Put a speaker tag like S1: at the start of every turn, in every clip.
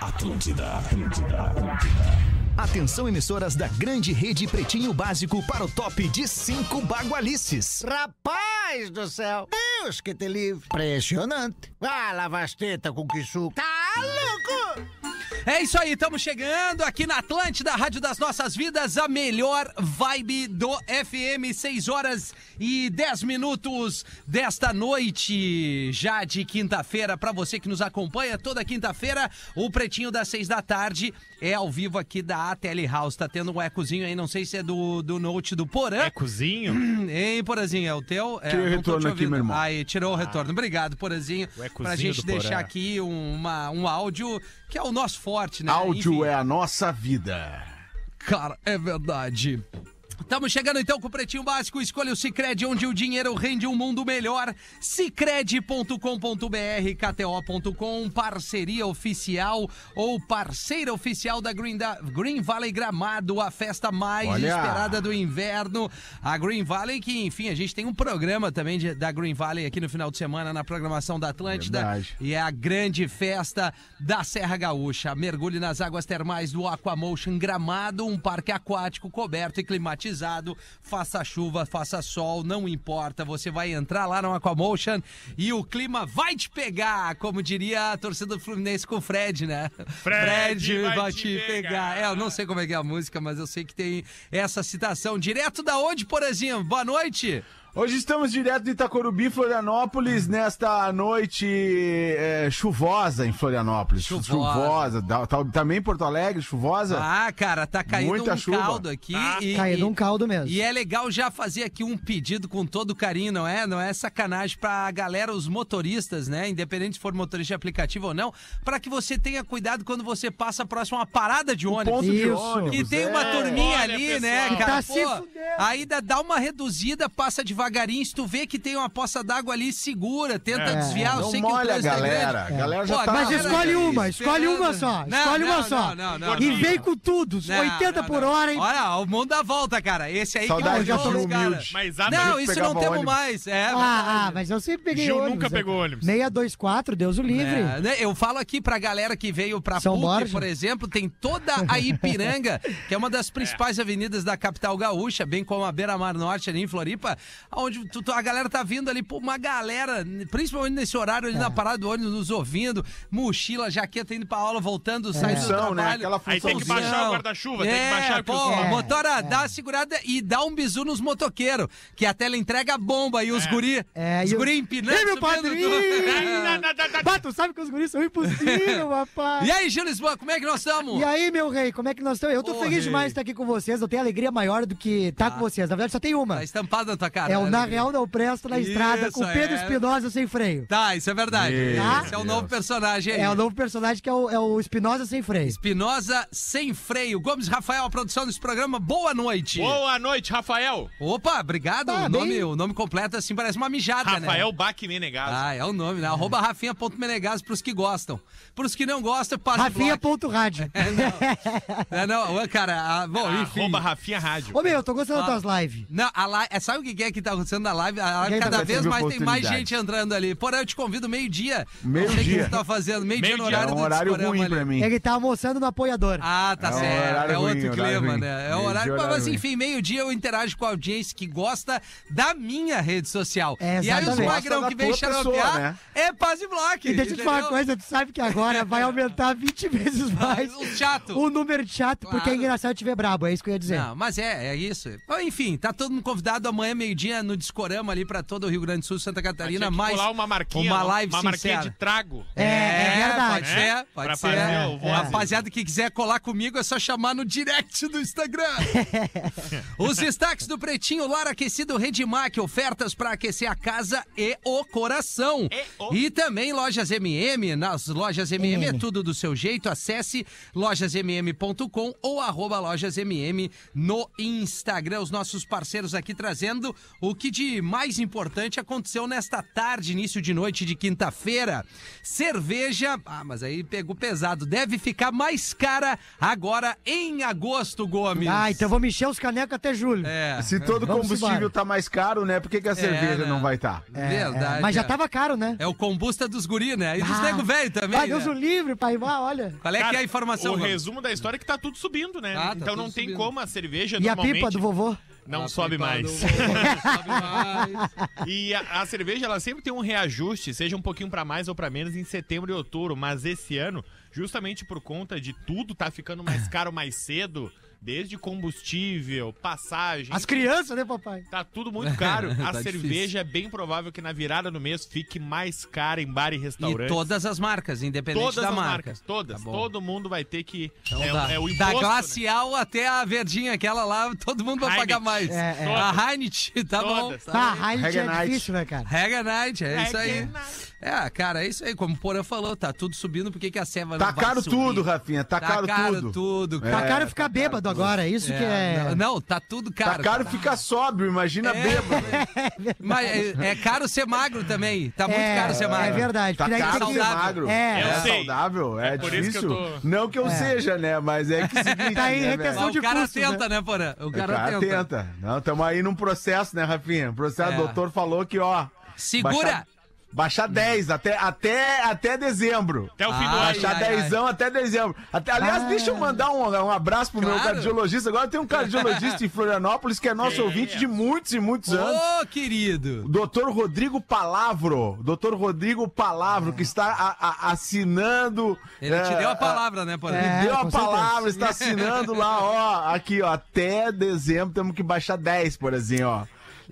S1: Atlântida, Atlântida, Atlântida. Atenção, emissoras da grande rede Pretinho Básico para o top de cinco bagualices.
S2: Rapaz do céu! Deus que te livre! Impressionante! Ah, lavasteta com que suco! Tá louco!
S3: É isso aí, estamos chegando aqui na Atlântida, Rádio das Nossas Vidas, a melhor vibe do FM, 6 horas e 10 minutos desta noite, já de quinta-feira, para você que nos acompanha toda quinta-feira, o Pretinho das 6 da tarde é ao vivo aqui da ATL House, tá tendo um ecozinho aí, não sei se é do, do note do Porã.
S4: Ecozinho?
S3: Hein, Porazinho, é o teu? É,
S5: Tirei o
S3: não tô
S5: retorno
S3: te
S5: aqui,
S3: ouvindo.
S5: meu irmão.
S3: Aí, tirou o retorno. Obrigado, Porazinho.
S4: Ah. O ecozinho
S3: Pra gente
S4: do
S3: deixar
S4: Porã.
S3: aqui uma, um áudio que é o nosso forte, né?
S5: Áudio
S3: Enfim,
S5: é a nossa vida.
S3: Cara, é verdade. Estamos chegando então com o Pretinho Básico. Escolha o Cicred, onde o dinheiro rende um mundo melhor. Cicred.com.br, KTO.com, parceria oficial ou parceira oficial da Green, da- Green Valley Gramado, a festa mais
S5: Olha.
S3: esperada do inverno. A Green Valley, que enfim, a gente tem um programa também de- da Green Valley aqui no final de semana na programação da Atlântida.
S5: Verdade.
S3: E é a grande festa da Serra Gaúcha. Mergulhe nas águas termais do Aquamotion Gramado, um parque aquático coberto e climatizado. Faça chuva, faça sol, não importa. Você vai entrar lá no Aquamotion e o clima vai te pegar, como diria a torcida do Fluminense com o Fred, né?
S4: Fred vai te pegar.
S3: É, eu não sei como é que é a música, mas eu sei que tem essa citação. Direto da onde, Porazinho? Boa noite!
S5: Hoje estamos direto de Itacorubi, Florianópolis, nesta noite é, chuvosa em Florianópolis.
S3: Chuvosa.
S5: Chuvosa. da- tal- também em Porto Alegre, chuvosa.
S3: Ah, cara, tá caindo
S5: Muita
S3: um
S5: chuva.
S3: caldo aqui.
S4: Tá
S3: e-
S6: Caindo
S3: e-
S6: um caldo mesmo.
S3: E é legal já fazer aqui um pedido com todo carinho, não é? Não é sacanagem pra galera, os motoristas, né? Independente se for motorista de aplicativo ou não, pra que você tenha cuidado quando você passa próximo a uma parada de ônibus.
S5: Ponto de
S6: Isso.
S5: ônibus.
S3: Ah, E tem uma
S5: é.
S3: turminha
S4: Olha,
S3: ali,
S4: pessoal.
S3: né,
S6: né? Que
S3: cara?
S6: tá se fudendo.
S3: ainda dá uma reduzida, passa devagarinho. Se tu vê que tem uma poça d'água ali, segura, tenta
S6: É.
S3: desviar. Eu
S5: Não
S3: sei que o
S5: molha, a
S3: trânsito é
S5: galera.
S3: grande.
S5: A galera já
S3: Pô,
S5: tá...
S3: a
S6: Mas
S3: galera-
S6: escolhe um uma, escolhe uma só.
S3: Não,
S6: Escolhe uma
S3: não,
S6: só.
S3: não, não, não,
S6: e
S3: não.
S6: vem com tudo,
S3: Não,
S6: 80
S3: não,
S6: por
S3: não.
S6: hora, hein?
S3: Olha, o mundo dá volta, cara. Esse aí
S5: Saudade
S3: que
S6: de
S3: matou
S6: Gil
S3: os cara.
S5: Humilde.
S4: Mas a
S3: Não,
S5: Gil
S3: isso
S5: pegava
S3: não temos
S5: ônibus.
S3: mais. É,
S6: Ah, ah,
S3: verdade.
S6: mas eu sempre peguei
S4: Gil
S6: ônibus. né,
S4: nunca pegou ônibus.
S6: 624, Deus o livre.
S3: É, né, eu falo aqui pra galera que veio pra
S6: São
S3: PUC,
S6: Borja.
S3: por exemplo, tem toda a Ipiranga, que é uma das principais avenidas da capital gaúcha, bem como a Beira Mar Norte ali em Floripa, onde tu- tu- a galera tá vindo ali, pô, uma galera, principalmente nesse horário
S6: É.
S3: ali na parada do ônibus, nos ouvindo, mochila, jaqueta, indo pra aula,
S6: É.
S3: voltando, saindo do
S5: Função,
S3: trabalho.
S5: né? Aquela
S4: Aí tem que
S5: funçãozinha.
S4: baixar o guarda-chuva, tem que baixar o que
S3: pô,
S4: os-
S6: É,
S3: motora,
S6: é.
S3: dá uma segurada e dá um bisu nos motoqueiros, que a tela entrega bomba e os guri,
S6: É,
S3: os
S6: e o-
S3: guri empinando.
S6: Ei, meu
S3: subindo É.
S6: padrinho!
S3: tudo.
S6: Bah, tu sabe que os guris são impossíveis, rapaz.
S3: tá- E aí, Gil Lisboa, como é que nós estamos?
S6: E aí, meu rei, como é que nós estamos? Eu tô
S3: Ô,
S6: feliz
S3: rei.
S6: demais de estar aqui com vocês. Eu tenho alegria maior do que estar com vocês. Na verdade, só tem uma.
S3: Tá estampado na tua cara.
S6: é o
S3: né,
S6: Na
S3: Gil?
S6: Real Não Presta na
S3: Isso,
S6: Estrada com Pedro
S3: é.
S6: Espinosa sem freio.
S3: Tá, isso é verdade.
S5: Meu
S3: Esse é o
S5: Deus.
S3: novo personagem aí.
S6: É o novo personagem que é o, é o Espinosa sem freio.
S3: Espinosa Sem Freio. Gomes Rafael, a produção desse programa. Boa noite.
S4: Boa noite, Rafael.
S3: Opa, obrigado.
S6: Tá,
S3: o, nome,
S6: bem-
S3: o nome completo assim parece uma mijada, né?
S4: Rafael Bach Menegaso.
S3: Ah, é o nome, né? Arroba rafinha.menegas pros que gostam. Pros que não gostam, passa o
S6: Rafinha
S3: bloco.
S6: ponto rádio.
S3: É, não, ô, cara, ah, bom, enfim.
S4: Arroba Rafinha Rádio.
S6: Ô, meu, eu tô gostando
S3: Fala.
S6: das tuas lives.
S3: Não, a live, é, sabe o que que é que tá acontecendo na live? A live
S6: Ninguém tá
S3: cada vez
S5: percebendo
S3: mais tem mais
S5: oportunidade.
S3: gente entrando ali. Porém, eu te convido meio-dia.
S5: Meio-dia.
S3: Não sei o que você tá fazendo. Meio-dia no
S4: Meio-dia.
S3: horário
S5: É um
S3: do
S5: horário
S3: discorama
S5: ruim
S3: ali.
S5: pra mim.
S6: Ele tá almoçando no apoiador.
S3: Ah, tá
S5: É um
S3: certo.
S5: horário
S3: É outro
S5: ruim, horário
S3: clima,
S5: ruim.
S3: né? É o
S5: Meio-dia,
S3: horário. Mas,
S5: horário
S3: mas
S5: ruim.
S3: enfim, meio-dia eu interajo com a audiência que gosta da minha rede social. e
S6: É,
S3: aí os
S6: exatamente.
S3: magrão
S5: Gosta
S3: que
S5: da
S3: vem
S5: tua
S3: xaropear
S5: pessoa, né?
S3: é paz e bloco.
S6: E deixa eu te falar uma
S3: entendeu? Ah,
S6: coisa, tu sabe que agora vai aumentar 20 vezes mais
S3: O chato.
S6: o número de chato, porque é
S3: Claro.
S6: engraçado te ver brabo, é isso que eu ia dizer.
S3: Não, mas é, é isso. Bom, enfim, tá todo mundo convidado amanhã, meio-dia, no Discorama ali pra todo o Rio Grande do Sul, Santa Catarina,
S4: Tinha que
S3: mais
S4: pular uma marquinha,
S3: uma live
S4: uma marquinha
S3: sincera.
S4: de trago.
S6: É, é,
S3: Pode
S6: verdade.
S4: né?
S3: ser, pode
S4: Pra
S3: ser.
S4: fazer o
S3: É.
S4: voz.
S3: Rapaziada que quiser colar comigo, é só chamar no direct do Instagram. Os destaques do Pretinho, lar aquecido Redmac, ofertas para aquecer a casa e o coração.
S4: E o-
S3: E também lojas MM, nas lojas MM é
S6: MM.
S3: tudo do seu jeito, acesse lojasmm.com ou arroba lojasmm no Instagram. Os nossos parceiros aqui trazendo o que de mais importante aconteceu nesta tarde, início de noite de quinta-feira. Cerveja, ah, mas aí pegou pesado, deve ficar mais cara agora em agosto, Gomes.
S6: Ah, então vamos encher os canecos até julho.
S3: É,
S5: Se todo
S6: Vamos
S5: combustível
S6: embora.
S5: tá mais caro, né? Por que, que a cerveja
S3: né?
S5: não vai tá? estar?
S6: É,
S3: verdade.
S6: é. Mas já
S3: é.
S6: tava caro, né?
S3: É o combusta dos guri, né? E dos
S6: Ah.
S3: nego velho também.
S6: Ah, Deus
S3: né?
S6: o livre, pai. Ah, olha.
S3: Qual é que é a informação,
S4: O
S3: Gomes?
S4: resumo da história é que tá tudo subindo, né?
S3: Tá, tá
S4: então não
S3: tudo
S4: tem
S3: subindo.
S4: como a cerveja
S6: E a
S4: normalmente
S6: pipa do vovô?
S4: não
S3: Ah,
S4: sobe
S3: pipa
S4: mais.
S3: do- sobe mais.
S4: E a, a cerveja, ela sempre tem um reajuste, seja um pouquinho pra mais ou pra menos, em setembro e outubro. Mas esse ano, justamente por conta de tudo tá ficando
S3: É.
S4: mais caro mais cedo, desde combustível, passagem,
S6: As crianças, né, papai?
S4: tá tudo muito caro. A
S3: Tá
S4: cerveja
S3: difícil.
S4: é bem provável que na virada do mês fique mais cara em bar e
S3: E
S4: restaurante.
S3: todas as marcas, independente
S4: Todas
S3: da
S4: as
S3: marca.
S4: marcas, todas.
S3: Tá bom.
S4: todo mundo vai ter que.
S3: Então
S4: é,
S3: dá.
S4: é o
S3: da
S4: imposto, né?
S3: glacial até a verdinha, aquela lá, todo mundo vai
S4: Heineken.
S3: pagar mais.
S6: É, é.
S3: A Heineken, tá
S4: Todas.
S3: bom. Tá
S6: Ah,
S3: bem.
S6: Highlight
S5: Reggae
S6: é
S5: Night.
S6: difícil, né, cara?
S3: Rega Night, é isso aí.
S4: Rega Night.
S3: É, cara, é isso aí. Como o Porã falou, tá tudo subindo, por que, que a Seva
S5: Tá
S3: não vai
S5: caro
S3: subir?
S5: tudo, Rafinha. Tá,
S3: Tá
S5: caro, tudo.
S3: tudo,
S5: É,
S6: Tá
S3: cara.
S6: caro ficar bêbado agora, isso que é.
S3: Não, não, tá tudo
S5: Tá
S3: caro.
S5: caro
S3: cara.
S5: ficar sóbrio, imagina
S3: É,
S5: bêbado.
S3: Mas é, é caro ser magro também. Tá muito
S6: é,
S3: caro ser
S6: É
S3: magro.
S6: verdade.
S5: Tá
S6: porque daí
S5: caro
S6: tem
S5: ser
S6: que...
S3: saudável.
S5: magro.
S6: É.
S4: Eu sei.
S5: saudável, é,
S4: É por isso que
S5: difícil.
S4: eu tô-
S5: Não que eu
S6: É.
S5: seja, né? Mas é que seguinte,
S6: Tá aí
S5: né,
S6: retenção
S5: velho?
S3: Mas
S6: de
S3: o cara
S6: custo, né?
S3: tenta, né, Porã? O
S5: O cara,
S3: cara,
S5: tenta. Não, estamos aí num processo, né, Rafinha? O processo,
S3: É.
S5: o doutor falou que, ó.
S3: Segura! Hum.
S5: Baixar, baixar 10 até, até, até dezembro.
S4: Até o fim do
S3: Ah,
S4: ano. né?
S3: já-
S5: Baixar
S3: ai, ai.
S5: 10 até dezembro. Até, aliás,
S6: Ah.
S5: deixa eu mandar um, um abraço pro meu
S3: Claro.
S5: cardiologista. Agora tem um cardiologista em Florianópolis que é nosso
S4: Que
S5: ouvinte
S4: isso.
S5: de muitos e muitos anos.
S3: Ô,
S5: O
S3: querido!
S5: Doutor Rodrigo Palavro, doutor Rodrigo Palavro, que está a- a- assinando.
S3: Ah. Ele te
S5: eh,
S3: deu a palavra, né, Porã?
S6: É.
S5: Deu a
S6: com
S5: palavra, está assinando lá, ó. Aqui, ó, até dezembro temos que baixar 10, por exemplo, ó.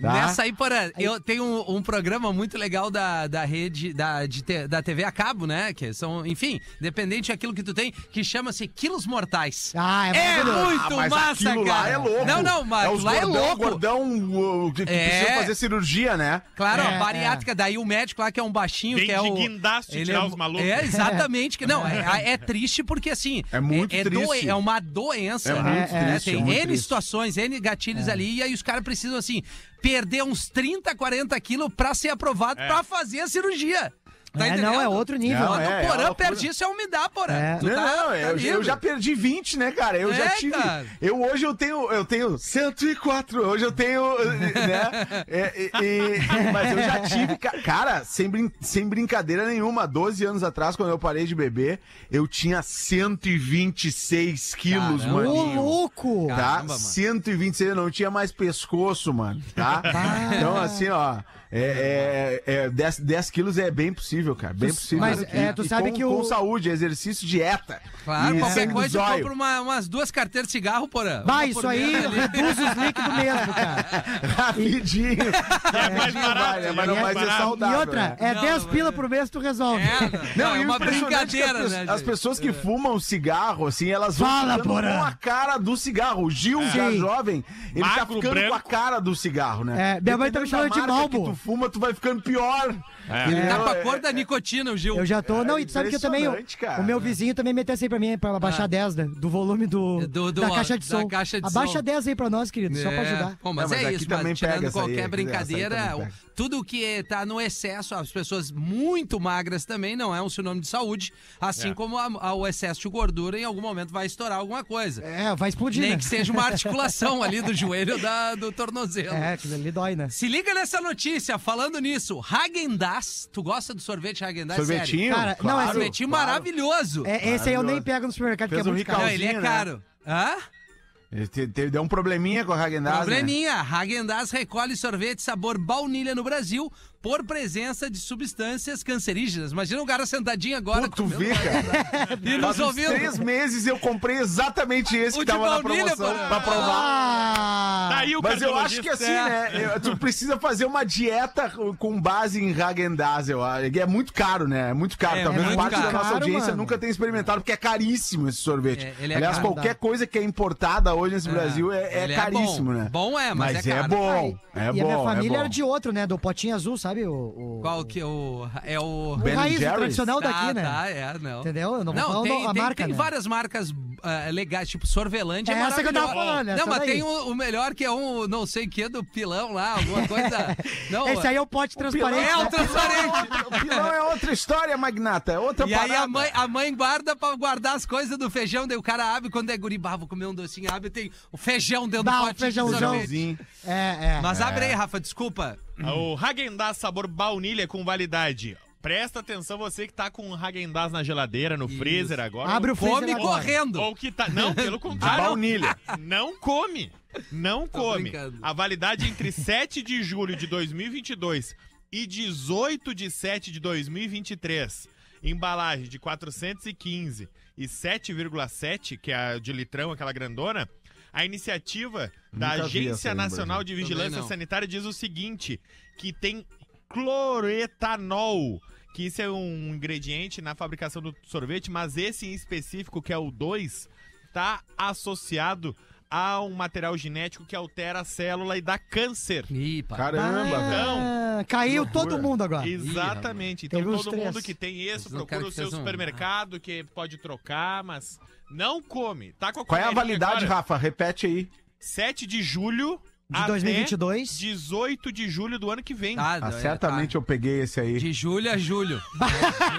S5: tá?
S3: Nessa aí, Porã, eu tenho um, um programa muito legal da, da rede, da, de te- da TV a cabo, né? Que são, enfim, dependente daquilo que tu tem, que chama-se Quilos Mortais.
S6: Ah, é
S3: É
S6: maravilhoso.
S3: muito
S5: Ah, mas
S3: massa,
S5: aquilo
S3: cara.
S5: lá é louco.
S3: Não, não, mas
S5: é
S3: aquilo
S5: os
S3: lá é
S5: gordão,
S3: louco.
S5: gordão uh, que, que
S3: É.
S5: precisam fazer cirurgia, né?
S3: Claro,
S6: É,
S3: a bariátrica, daí o médico lá que é um baixinho,
S4: Vem
S3: que é
S4: de
S3: o.
S4: guindaste
S3: ele
S4: tirar
S3: é,
S4: os malucos.
S3: É, exatamente. Que, não, é, é triste porque assim.
S5: É muito triste.
S3: doen- é uma doença.
S5: É muito
S3: né?
S5: triste,
S3: Tem
S5: é muito
S3: N
S5: triste.
S3: situações, N gatilhos
S6: É.
S3: ali, e aí os caras precisam, assim, perder uns 30, 40 quilos pra ser aprovado
S4: É.
S3: pra fazer a cirurgia. Tá
S6: É,
S3: entendendo?
S6: não, é outro nível.
S5: Não,
S3: Quando
S5: é,
S3: o
S5: é
S3: Porã
S5: uma loucura.
S3: perde isso, é umidade, Porã.
S6: É.
S3: Tu
S5: não,
S3: tá-
S5: não,
S3: tá
S5: eu, eu
S3: livre.
S5: já perdi 20, né, cara? Eu já
S3: É,
S5: tive.
S3: cara.
S5: Eu hoje eu tenho, eu tenho 104, hoje eu tenho, né? É, é, é, mas eu já tive, ca- cara, sem, brin- sem brincadeira nenhuma, 12 anos atrás, quando eu parei de beber, eu tinha 126 quilos,
S3: Caramba.
S5: maninho.
S6: Ô, louco!
S3: Cara,
S5: Tá?
S3: Caramba, mano.
S5: 126, eu não tinha mais pescoço, mano. Tá? então, assim, ó. É, é, é, 10, 10 quilos é bem possível, cara. Bem possível.
S6: mas,
S5: E-
S6: é, tu
S5: e
S6: sabe
S5: com,
S6: que o-
S5: com saúde, exercício, dieta.
S3: Claro,
S5: e
S3: qualquer
S5: sangue do
S3: coisa, eu
S5: é zóio.
S3: compro uma- umas duas carteiras de cigarro, Porã. Uma
S6: Vai,
S3: por
S6: isso aí
S3: mês ali.
S6: reduz os líquidos mesmo, cara.
S5: Rapidinho.
S4: É mais barato,
S5: vai, né?
S4: é
S5: Mas não
S4: mais
S5: vai ser
S4: barato.
S5: saudável.
S6: e outra,
S5: né?
S6: é
S3: Não,
S6: 10
S3: mas-
S6: pila por mês tu resolve.
S3: É,
S5: Não,
S3: é
S5: e o
S3: uma
S5: impressionante é
S3: brincadeira,
S5: que as,
S3: né?
S5: pessoas, as
S3: gente?
S5: pessoas que fumam cigarro, assim, elas vão
S6: É. Fala,
S5: ficando
S6: Porã.
S5: com a cara do cigarro. O Gil, já
S6: Sim.
S5: jovem, ele tá
S4: Magro,
S5: ficando com a
S4: branco.
S5: cara do cigarro, né?
S6: É, minha mãe tá
S5: Dependendo
S6: me chamando
S5: da
S6: de
S5: marca
S6: Malboro.
S5: que tu fuma, tu vai ficando pior.
S4: É.
S3: Ele tá com a
S5: é-
S3: cor da nicotina, o Gil.
S6: Eu já tô. Não, e tu sabe que eu também. O,
S5: impressionante, cara.
S6: o meu vizinho também meteu essa aí pra mim, pra baixar 10, né? Do volume do,
S3: Ah. Do- do-
S6: da caixa de
S3: da
S6: som.
S3: caixa de
S6: Abaixa
S3: som.
S6: 10 aí pra nós, querido, só pra
S3: É.
S6: ajudar.
S3: Bom, mas,
S5: Não, mas
S3: é
S5: aqui
S3: isso,
S5: também
S3: mas
S5: pega
S3: tirando
S5: essa aí,
S3: qualquer
S5: aqui- essa aí
S3: brincadeira,
S5: também
S3: o- tudo que tá no excesso, as pessoas muito magras também não é um sinônimo de saúde, assim
S4: É.
S3: como a- a- o excesso de gordura em algum momento vai estourar alguma coisa.
S6: É, vai explodir.
S3: Nem
S6: né?
S3: que seja uma articulação ali do joelho ou da, do tornozelo.
S6: É, que ele dói, né?
S3: Se liga nessa notícia, falando nisso, Hagendaz, tu gosta do sorvete Hagendaz?
S5: Sorvetinho?
S6: Tá Cara, não, é assim,
S3: Sorvetinho maravilhoso.
S6: É, esse aí eu nem
S5: Maravilhoso.
S6: pego no supermercado,
S5: Fez
S6: que é
S5: um
S6: muito caro.
S3: Não,
S5: Ricardinho,
S3: ele é
S5: né?
S3: caro. Hã?
S5: Ele te- te- deu um probleminha com a
S6: né?
S5: Hagendaz.
S3: Probleminha. Hagendaz recolhe sorvete sabor baunilha no Brasil por presença de substâncias cancerígenas. Imagina um cara sentadinho agora
S5: Né? Pô, tu
S3: comendo
S5: vê, cara.
S3: e nos
S5: Faz uns
S3: ouvindo.
S5: três meses eu comprei exatamente esse
S3: O
S5: que
S3: de
S5: tava na
S3: baunilha,
S5: promoção
S3: pô.
S5: pra provar.
S4: Tá
S6: Ah!
S4: aí o
S5: Mas eu acho
S4: cardiologista.
S5: que assim, né?
S3: é.
S5: eu- tu precisa fazer uma dieta com- com base em Hagendaz, eu acho. É muito caro, né? É muito caro.
S3: É
S5: Talvez
S3: muito
S5: parte da
S3: caro,
S5: nossa audiência
S6: mano.
S5: nunca tenha experimentado, porque é caríssimo esse sorvete.
S3: É, ele é
S5: Aliás,
S3: caro.
S5: qualquer coisa que é importada hoje nesse Brasil é, é
S3: ele
S5: caríssimo,
S3: bom.
S5: né?
S3: Bom é, mas,
S5: Mas
S3: é
S5: é
S3: caro.
S5: bom. É
S6: e a minha
S5: bom, é
S6: família
S5: bom.
S6: era de outro, né? Do potinho azul, sabe? sabe? O, o-
S3: Qual que é o. É o.
S6: o
S5: Ben
S6: raiz o
S5: Jerry's?
S6: tradicional daqui,
S3: tá,
S6: né?
S3: tá, é, não.
S6: Entendeu? Eu não vou falar o
S3: tem,
S6: nome- a
S3: tem-
S6: marca,
S3: tem
S6: né?
S3: várias marcas ah, legais, tipo Sorvelante. É,
S6: É essa que eu tava
S3: maravilhosa.
S6: falando,
S3: Não,
S6: essa
S3: mas
S6: daí.
S3: tem o, o melhor que é um não sei o que do pilão lá, alguma coisa. Não,
S6: Esse aí é o pote transparente.
S3: é o
S6: né?
S3: transparente.
S5: O pilão é outra história, Magnata. É outra
S3: E aí
S5: parada.
S3: a mãe, a mãe guarda pra guardar as coisas do feijão, daí o cara abre quando é guri, bah, vou comer um docinho, abre e tem o feijão dentro
S6: Bah,
S3: do
S6: o
S3: pote. de
S6: um feijãozão.
S3: sorvete.
S5: Sim.
S6: É, é.
S3: Mas abre aí, Rafa, desculpa.
S4: é O Hagendaz sabor baunilha com validade. Presta atenção você que tá com o Hagendaz na geladeira, no
S3: Isso.
S4: freezer agora.
S6: Abre o freezer
S3: Come
S6: agora.
S3: correndo.
S4: Ou que tá. Não, pelo contrário.
S5: baunilha.
S4: Não come. Não come.
S3: brincando.
S4: A validade entre 7 de julho de 2022 e 18 de 7 de 2023. Embalagem de 415 e 7,7, que é a de litrão, aquela grandona. A iniciativa da
S5: Nunca vi essa
S4: Agência
S5: aí no
S4: Nacional de
S3: Também
S4: Vigilância
S3: não.
S4: Sanitária diz o seguinte, que tem cloretanol, que isso é um ingrediente na fabricação do sorvete, mas esse em específico, que é o 2, está associado a um material genético que altera a célula e dá câncer. Então,
S3: Ih, pá.
S5: Caramba, velho.
S6: Ah, Caiu
S5: Que
S6: todo
S5: loucura.
S6: mundo agora.
S4: Exatamente.
S6: Teve
S4: então
S6: um
S4: todo
S6: estresse.
S4: mundo que tem isso,
S3: Mas não
S4: procura
S3: quero
S4: o
S3: que
S4: seu
S3: vocês um-
S4: supermercado, que pode trocar, mas não come. Tá com a
S5: Qual é a
S4: colherinha
S5: validade,
S4: agora?
S5: Rafa? Repete aí.
S4: 7 de julho
S6: De 2022.
S4: até 18 de julho do ano que vem.
S3: Tá,
S5: Ah,
S3: é,
S5: certamente
S3: tá.
S5: eu peguei esse aí.
S3: De julho a julho.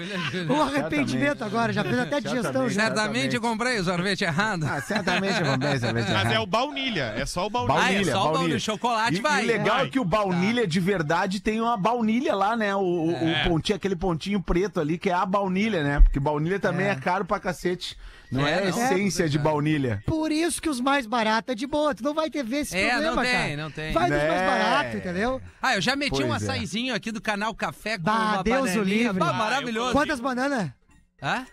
S3: De julho a julho.
S6: O arrependimento agora, já fez até digestão.
S5: Certamente.
S6: já.
S3: Certamente eu comprei o sorvete errado.
S5: Ah, certamente eu comprei essa vez.
S4: Mas é o baunilha, é só o baunilha.
S3: Ah, é só o baunilha. Chocolate
S5: e,
S3: vai.
S5: E legal
S4: Vai.
S5: é que o baunilha de verdade tem uma baunilha lá, né? O, o- o
S4: É.
S5: pontinho, aquele pontinho preto ali, que é a baunilha, né? Porque baunilha também é, caro pra cacete. Não
S3: É,
S5: é, a
S3: não.
S5: essência de baunilha.
S6: Por isso que os mais baratos é de boa, tu não vai ter ver esse
S3: É,
S6: problema,
S3: não tem,
S6: cara.
S3: não tem.
S6: Vai dos mais
S5: É.
S6: baratos, entendeu?
S3: Ah, eu já meti um
S5: Pois é.
S3: açaizinho aqui do canal Café com
S6: Bah,
S3: uma
S6: Deus o
S3: bananinha.
S6: livre.
S3: Bah,
S6: Ah,
S3: maravilhoso.
S6: Quantas bananas?
S3: Hã?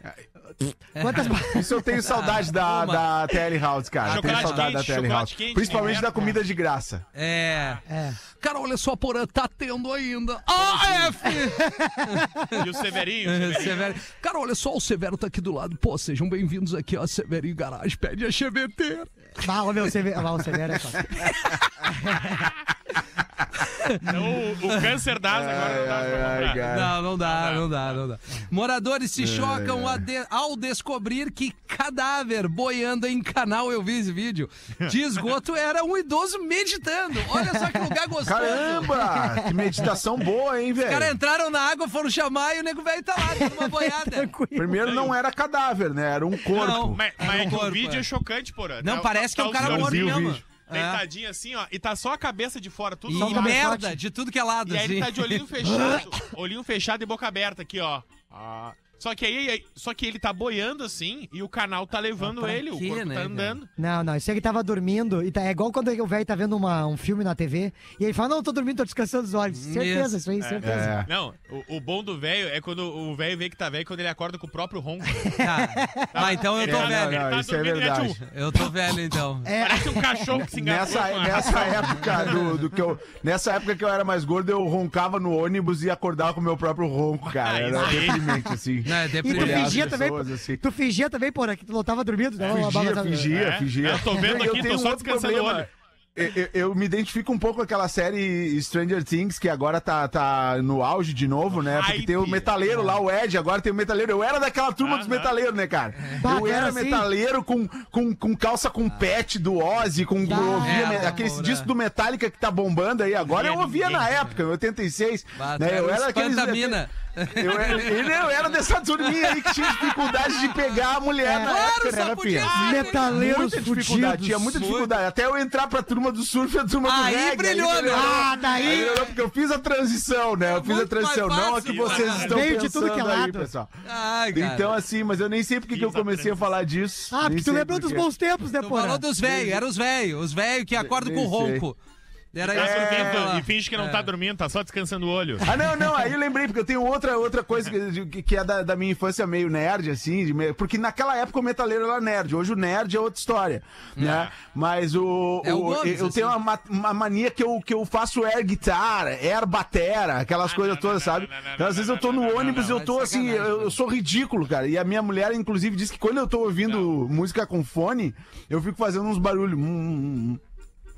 S6: Quantas ba-
S5: Isso eu tenho saudade da,
S3: Uma.
S5: da Tele House, cara. Eu tenho
S4: Chocolate
S5: saudade
S4: quente,
S5: da Tele
S4: chocolate
S5: House.
S4: quente,
S5: Principalmente
S4: inverno,
S5: da comida de graça.
S3: É.
S6: É.
S3: Cara, olha só, Porã, tá tendo ainda. AF!
S4: E o Severinho, o Severinho.
S3: Severo. Cara, olha só, o Severo tá aqui do lado. Pô, sejam bem-vindos aqui, ó. Severinho Garage, pede a cheveteira.
S6: Ah, ô, meu, você vê. Ah, o Severo é foda.
S4: O, Então, o câncer das agora não dá pra
S5: Ai,
S4: comprar.
S5: cara.
S3: Não, não dá, não dá, não dá. Moradores
S4: É.
S3: se chocam a de- ao descobrir que cadáver boiando em canal, eu vi esse vídeo, de esgoto era um idoso meditando. Olha só que lugar gostoso.
S5: Caramba! Que meditação boa, hein,
S4: é
S3: Os caras
S5: velho?
S3: entraram na água, foram chamar e o nego velho tá lá, dando uma boiada.
S5: Primeiro não era cadáver, né? Era um corpo.
S4: Mas, mas é que
S3: Corpo,
S4: o vídeo
S3: é.
S4: é chocante, porra.
S3: Não,
S4: Tá-
S3: parece que é
S4: tá
S3: um cara
S4: os
S3: morto
S5: vi o
S3: mesmo.
S5: vídeo.
S3: É.
S4: Deitadinho assim, ó, e tá só a cabeça de fora, tudo
S3: E
S4: zoado.
S3: merda, de tudo que é lado,
S4: E aí
S3: assim.
S4: ele tá de olhinho fechado, olhinho fechado e boca aberta aqui, ó. Ah. Só que aí, aí- só que ele tá boiando assim e o canal tá levando
S3: Ah, pra
S4: ele,
S3: quê,
S4: o corpo
S3: né,
S4: tá
S3: cara?
S4: andando.
S6: Não, não, isso é que tava dormindo. E tá, é igual quando o velho tá vendo uma- um filme na TV e ele fala: Não, tô dormindo, tô descansando os olhos. Certeza, isso aí, certeza.
S5: É.
S4: Não, o, o bom do velho é quando o velho vê que tá velho quando ele acorda com o próprio ronco.
S3: Tá. Ah, então eu
S4: Ele
S3: tô
S4: tá-
S3: velho.
S4: ele
S5: Não,
S4: tá
S5: isso é
S4: dormindo, ele
S5: verdade.
S4: um-
S3: Eu tô velho, então.
S6: É.
S4: Parece um cachorro que se engatou.
S5: Nessa,
S4: com a-
S5: nessa época do, do que eu. Nessa época que eu era mais gordo, eu roncava no ônibus e acordava com o meu próprio ronco, cara.
S4: Ah,
S5: Era
S4: isso aí.
S5: deprimente, assim.
S3: Não, é
S6: E tu
S3: deprimente.
S5: Olhar as
S6: fingia também.
S5: pessoas, assim.
S6: Tu fingia também, porra, que tu não tava dormindo. dava uma
S5: Fingia,
S6: balançada.
S5: fingia,
S4: É?
S5: fingia.
S4: Eu tô vendo aqui, tô
S5: tenho um
S4: só
S5: outro
S4: descansando o
S5: problema.
S4: olho.
S5: Eu, eu- eu me identifico um pouco com aquela série Stranger Things, que agora tá, tá no auge de novo, né? Porque
S4: Hype.
S5: tem o metaleiro lá, o Ed, agora tem o metaleiro. Eu era daquela turma dos
S4: Aham.
S5: metaleiros, né, cara?
S6: Bah,
S5: Eu
S6: era
S5: era
S6: assim?
S5: metaleiro com, com, com calça
S4: Ah.
S5: com pet do Ozzy, com ouvia,
S3: é,
S5: né, aqueles
S3: Moura.
S5: discos do Metallica que tá bombando aí agora. Eu
S4: Ninguém,
S5: ouvia na
S4: ninguém.
S5: época, em 86.
S3: Bah, tu
S5: né?
S3: era
S5: Eu
S3: um
S5: era aqueles.
S3: espantamina.
S5: Eu era, ele- eu era dessa turminha aí que tinha dificuldade de pegar a mulher na
S3: É. Claro,
S5: época,
S3: só
S5: né,
S3: podia
S5: Rafinha?
S3: ser
S6: Metaleiros
S5: muita dificuldade,
S6: fudidos.
S5: tinha muita dificuldade. Até eu entrar pra turma do surf e a turma
S3: Aí
S5: do reggae.
S3: brilhou, né?
S6: Ah, daí-
S5: Aí brilhou, porque eu fiz a transição, né? Eu fiz a
S3: Muito mais
S5: transição. Não a que
S3: fácil,
S5: vocês
S3: cara.
S5: estão
S6: Veio
S5: pensando
S6: de tudo que é
S5: aí,
S6: lado.
S5: pessoal.
S3: Ai, cara.
S5: Então, assim, mas eu nem sei porque que eu
S4: Fiz a
S5: comecei a falar disso.
S6: Ah,
S5: Nem
S6: porque tu
S5: sei
S6: lembrou dos
S5: por quê.
S6: bons tempos, né,
S3: Tu
S6: porra?
S3: falou dos velhos, era os velhos. Os velhos que acordam com
S5: Nem sei.
S3: ronco. Era
S4: Tá
S3: isso
S4: dormindo
S3: mesmo.
S4: e finge que não
S3: É.
S4: tá dormindo, tá só descansando o olho.
S5: Ah, não, não, aí eu lembrei, porque eu tenho outra, outra coisa que, que- que é da, da minha infância meio nerd, assim, de meio- porque naquela época o metaleiro era nerd, hoje o nerd é outra história,
S4: É.
S5: né? Mas o.
S3: É o
S5: o-
S3: Gomes,
S5: eu tenho
S3: assim.
S5: uma, ma- uma mania que eu, que eu faço é air guitar, air batera, aquelas
S4: Ah,
S5: coisas
S4: não,
S5: todas,
S4: não,
S5: sabe?
S4: não, não, não,
S5: Então, às vezes eu tô
S4: não,
S5: no
S4: não, não,
S5: ônibus,
S3: não,
S5: eu tô
S3: é
S5: assim,
S3: sacanagem,
S5: eu,
S3: né?
S5: eu sou ridículo, cara. E a minha mulher, inclusive, diz que quando eu tô ouvindo música com fone, eu fico fazendo uns barulhos. hum, hum, hum.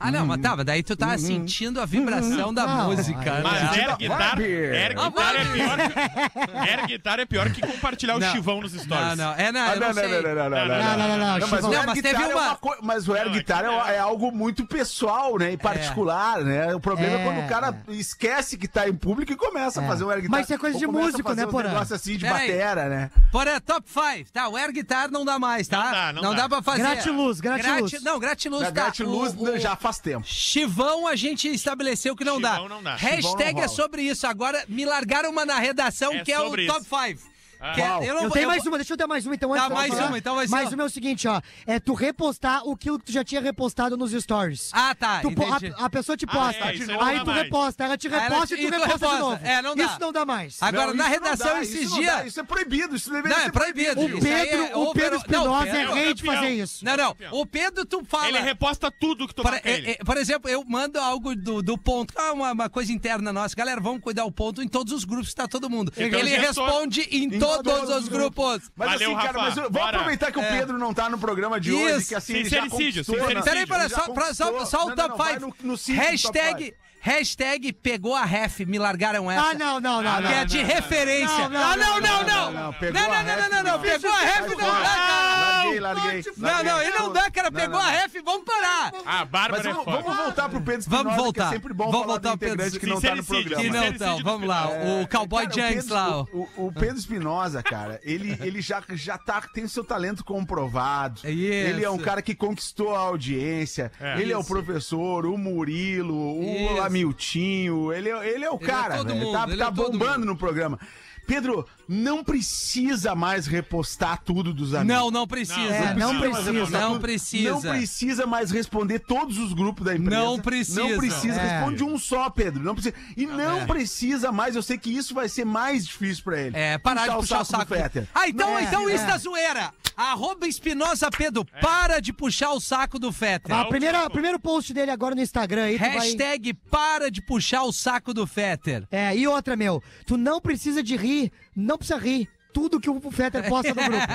S3: Ah, não, mas tava. Daí tu
S5: Uhum.
S3: tá sentindo a vibração da
S6: Não,
S3: música.
S4: Mas
S3: né?
S5: Tipo,
S4: é air guitar, air
S3: Ah,
S4: guitar é pior que, air guitar é pior que compartilhar
S3: Não.
S4: o chivão nos stories.
S3: Não, não. É, não,
S5: Ah,
S3: eu não, sei.
S5: não, não,
S6: Não, não, não, não.
S5: Não, mas o
S6: Chivão.
S3: Não,
S5: air
S3: mas teve
S5: guitar é
S3: uma-
S5: uma coi- mas o air
S4: Não,
S5: guitar é,
S4: aqui não.
S5: é algo muito pessoal, né? E particular, né? O problema é.
S6: É.
S5: quando o cara esquece que tá em público e começa a
S6: É.
S5: fazer um air guitar.
S6: Mas isso é coisa
S5: Ou
S6: de
S5: começa a
S6: músico,
S5: fazer
S6: né,
S5: uns
S6: Porã?
S5: negócio assim de
S3: Pera aí.
S5: batera, né?
S3: Porém, top 5. Tá, o air guitar não dá mais, tá?
S4: Não dá, não
S3: dá
S4: dá.
S3: pra fazer.
S6: Gratiluz, gratiluz.
S3: Grati- Não, gratiluz
S5: Da
S3: tá.
S5: Gatiluz
S3: O- o-
S5: já faz tempo.
S3: Chivão a gente estabeleceu que não dá.
S4: Chivão não dá.
S5: Chivão
S3: Hashtag
S5: não
S3: é
S5: rola.
S3: sobre isso. Agora me largaram uma na redação
S4: É
S3: que é o
S4: sobre
S3: top é-
S4: isso.
S3: 5.
S4: Ah.
S6: Eu, tenho
S5: um.
S6: mais uma, deixa eu dar mais uma então
S3: Dá
S6: antes. de
S3: mais
S6: falar.
S3: uma, então vai ser
S6: Mais
S3: uma.
S6: uma é o seguinte, ó. É tu repostar o que tu já tinha repostado nos stories.
S3: Ah, tá.
S6: Tu po-
S3: entendi.
S6: a, a pessoa te
S4: Ah,
S6: posta,
S4: é, isso aí não
S6: aí
S4: dá
S6: tu
S4: mais.
S6: reposta, ela te
S3: ela
S6: reposta
S3: te-
S6: e tu reposta, de novo.
S3: É, não dá.
S6: Isso não dá mais.
S3: Agora,
S5: Ah, Não,
S3: na
S5: isso não
S3: redação,
S5: dá, isso
S3: esses
S5: não dá,
S3: dias.
S5: Isso é proibido, isso deveria
S3: Não,
S5: ser
S3: é proibido.
S6: O
S3: Isso aí é
S6: Pedro, o Pedro
S3: over- Não,
S6: Espinosa é
S3: Pedro-
S6: rei
S4: campeão.
S6: de fazer isso.
S3: Não, não. O Pedro, tu fala.
S4: Ele reposta tudo que tu
S3: Por,
S4: toca ele.
S3: Ah, é, é, por exemplo, eu mando algo do, do ponto. Ah, uma, uma coisa interna nossa. Galera, vamos cuidar o ponto em todos os grupos, tá todo mundo.
S4: Então,
S3: ele
S4: já tô-
S3: responde em, todos, os grupos.
S5: Mas assim,
S4: Valeu,
S5: cara,
S4: Rafa.
S5: mas eu- vamos
S4: Bora.
S5: aproveitar que o Pedro não tá no programa de hoje,
S3: Isso.
S5: que assim, ele já
S4: Sincericídio,
S5: conquistou, né?
S4: sincericídio.
S3: Peraí, peraí,
S5: Já
S3: só, pra, só,
S5: conquistou.
S3: só o
S5: Não, não,
S3: top
S5: não, vai
S3: 5.
S5: no- no sítio do top
S3: Hashtag,
S5: five.
S3: hashtag pegou a ref, me largaram essa.
S6: Ah, não, não, não,
S3: Que é
S6: não.
S3: de referência.
S6: Não, não,
S3: Ah, não, não, não. Não,
S5: não,
S3: não,
S5: não, pegou a
S3: não,
S5: ref,
S3: não, não.
S5: não.
S3: Pegou a ref, não dá, cara.
S5: Larguei, larguei.
S3: Não, não, e não dá, cara.
S5: Não,
S3: Pegou
S5: não,
S3: a
S5: não.
S3: ref, vamos parar.
S4: Ah,
S5: Mas
S4: Bárbara é
S5: vamos,
S4: foda.
S5: vamos voltar pro
S3: Vamos
S5: Pedro Espinosa,
S3: voltar.
S5: que é sempre bom
S3: Vamos
S5: falar
S3: voltar
S5: do
S3: ao Pedro
S5: integrante que não tá no
S4: Sincericídio,
S5: programa. É.
S3: Que não, então,
S4: Sincericídio,
S3: vamos lá.
S4: cara.
S6: É,
S3: O Cowboy
S6: então,
S5: Cara, o
S3: Junks
S5: Pedro-
S3: lá, ó.
S5: O, o- o Pedro Espinosa, cara, ele, ele já, já tá, tem o seu talento comprovado.
S3: É isso.
S5: Ele é um cara que conquistou a audiência.
S4: É.
S5: Ele é o
S3: Isso.
S5: professor, o Murilo,
S3: Isso.
S5: o Amiltinho. Ele, é- ele é o
S3: Ele é
S5: cara,
S3: todo
S5: velho.
S3: mundo,
S5: tá,
S3: ele é
S5: tá
S3: todo
S5: bombando
S3: mundo.
S5: no programa. Pedro, não precisa mais repostar tudo dos amigos.
S3: Não, não precisa.
S6: É, não precisa.
S3: Não
S5: Não
S3: precisa.
S5: precisa mais responder todos os grupos da empresa.
S3: Não precisa.
S5: Não precisa.
S6: É.
S5: Responde um só, Pedro. Não precisa. E não
S3: é.
S5: precisa mais. Eu sei que isso vai ser mais difícil pra ele.
S3: É, parar de puxar o saco.
S5: do Fetter.
S3: Ah, então,
S5: Não,
S3: então
S6: é.
S3: isso da zoeira. Arroba Espinosa Pedro,
S4: É.
S3: para de puxar o saco do Fetter.
S5: é
S6: Ah, primeira, primeiro post dele agora no Instagram aí, tu vai...
S3: Hashtag para de puxar o saco do Fetter.
S6: É, e outra, meu, tu não precisa de rir, não precisa rir tudo que o Fetter posta no grupo.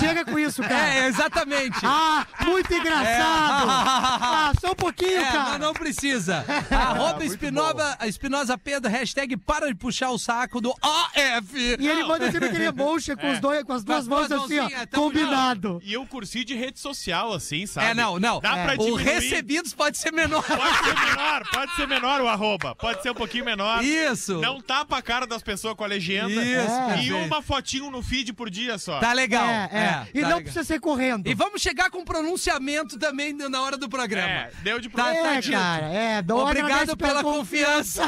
S6: Chega com isso, cara.
S3: É, exatamente.
S6: Ah, muito engraçado!
S3: É.
S6: Ah, só um pouquinho,
S3: É,
S6: cara! Ah,
S3: mas não precisa. Arroba Espinosa, Espinosa Pedro, hashtag para de puxar o saco do AF.
S6: E ele manda sempre aquele emotion com, os dois, com as duas
S3: É. duas
S6: mãos assim, ó,
S3: mãozinhas, tamo
S6: combinado.
S4: E eu cursi de rede social, assim, sabe?
S3: É, não, não.
S4: Dá pra
S3: O
S4: diminuir.
S3: recebidos pode ser menor.
S4: Pode ser menor, pode ser menor o arroba. Pode ser um pouquinho menor.
S3: Isso.
S4: Não tapa a cara das pessoas com a legenda.
S3: Isso,
S4: E
S3: perfeito.
S4: uma fotinho no feed por dia só.
S3: Tá legal.
S6: É, é.
S3: É, tá
S6: E não
S3: legal.
S6: precisa ser correndo.
S3: E vamos chegar com pronunciamento também na hora do programa.
S4: É, deu de
S3: Tá, tá
S6: É,
S3: dito.
S6: cara, é, da hora não
S3: Obrigado
S6: desce
S3: pela confiança.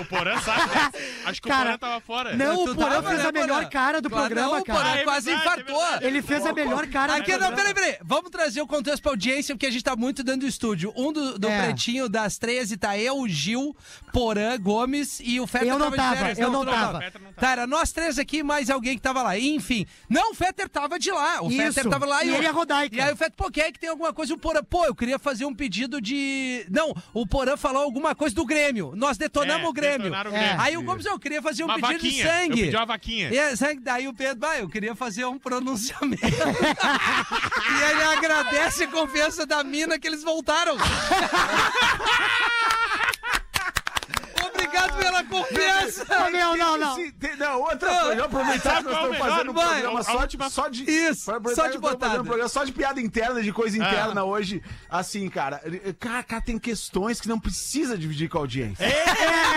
S4: O Porã sabe. né? Acho que o
S6: Cara,
S4: Porã tava fora.
S6: Não,
S3: Tu
S6: o Porã
S3: tava,
S6: fez
S3: né,
S6: a melhor
S3: Porã?
S6: cara do
S3: Claro,
S6: programa,
S3: não,
S6: cara.
S4: Porã.
S3: Porã quase
S4: É verdade,
S3: infartou.
S4: é verdade.
S6: Ele fez a melhor cara
S3: Aqui,
S6: do
S3: não, peraí,
S6: programa.
S3: peraí. Vamos trazer o contexto pra audiência, porque a gente tá muito dentro do estúdio. Um do, do
S6: É.
S3: pretinho das 13 tá eu, Gil, Porã, Gomes e o Fetter
S6: Eu não
S3: de
S6: tava,
S3: férias.
S6: eu não
S3: tu
S6: tava.
S4: Fetter não tava.
S3: Tá, era nós três aqui e mais alguém que tava lá. Enfim, não, o Fetter tava de lá. O
S6: Isso.
S3: Fetter tava lá e,
S6: E
S3: eu-
S6: ele é Rodaica.
S3: E aí o Fetter, pô, quer que tem alguma coisa? O Porã, pô, eu queria fazer um pedido de... Não, o Porã falou alguma coisa do Grêmio. Nós detonamos
S4: É,
S3: o Grêmio.
S4: detonaram o
S6: É.
S4: Grêmio.
S3: Aí o Gomes, eu queria fazer um
S4: Uma
S3: pedido de
S4: vaquinha.
S3: sangue.
S4: Eu pedi uma vaquinha.
S3: E aí, sangue, daí o Pedro, "Bah, eu queria fazer um pronunciamento. e ele agradece a confiança da mina que eles voltaram. Obrigado pela confiança.
S6: Ah, Não, não, não.
S5: Esse- tem- não, outra
S3: Não.
S5: coisa, eu aproveitar
S4: Sabe
S5: que nós
S4: qual é o
S5: estamos fazendo um
S3: melhor? Vai,
S5: programa
S4: a
S5: só,
S4: última-
S5: só de.
S3: Isso, só
S5: pra aproveitar
S3: de
S5: que nós estamos fazendo
S3: botada. É.
S5: um programa só de piada interna, de coisa interna
S4: Ah.
S5: hoje. Assim, cara, eh, cara, cara, tem questões que não precisa dividir com a audiência.
S6: É,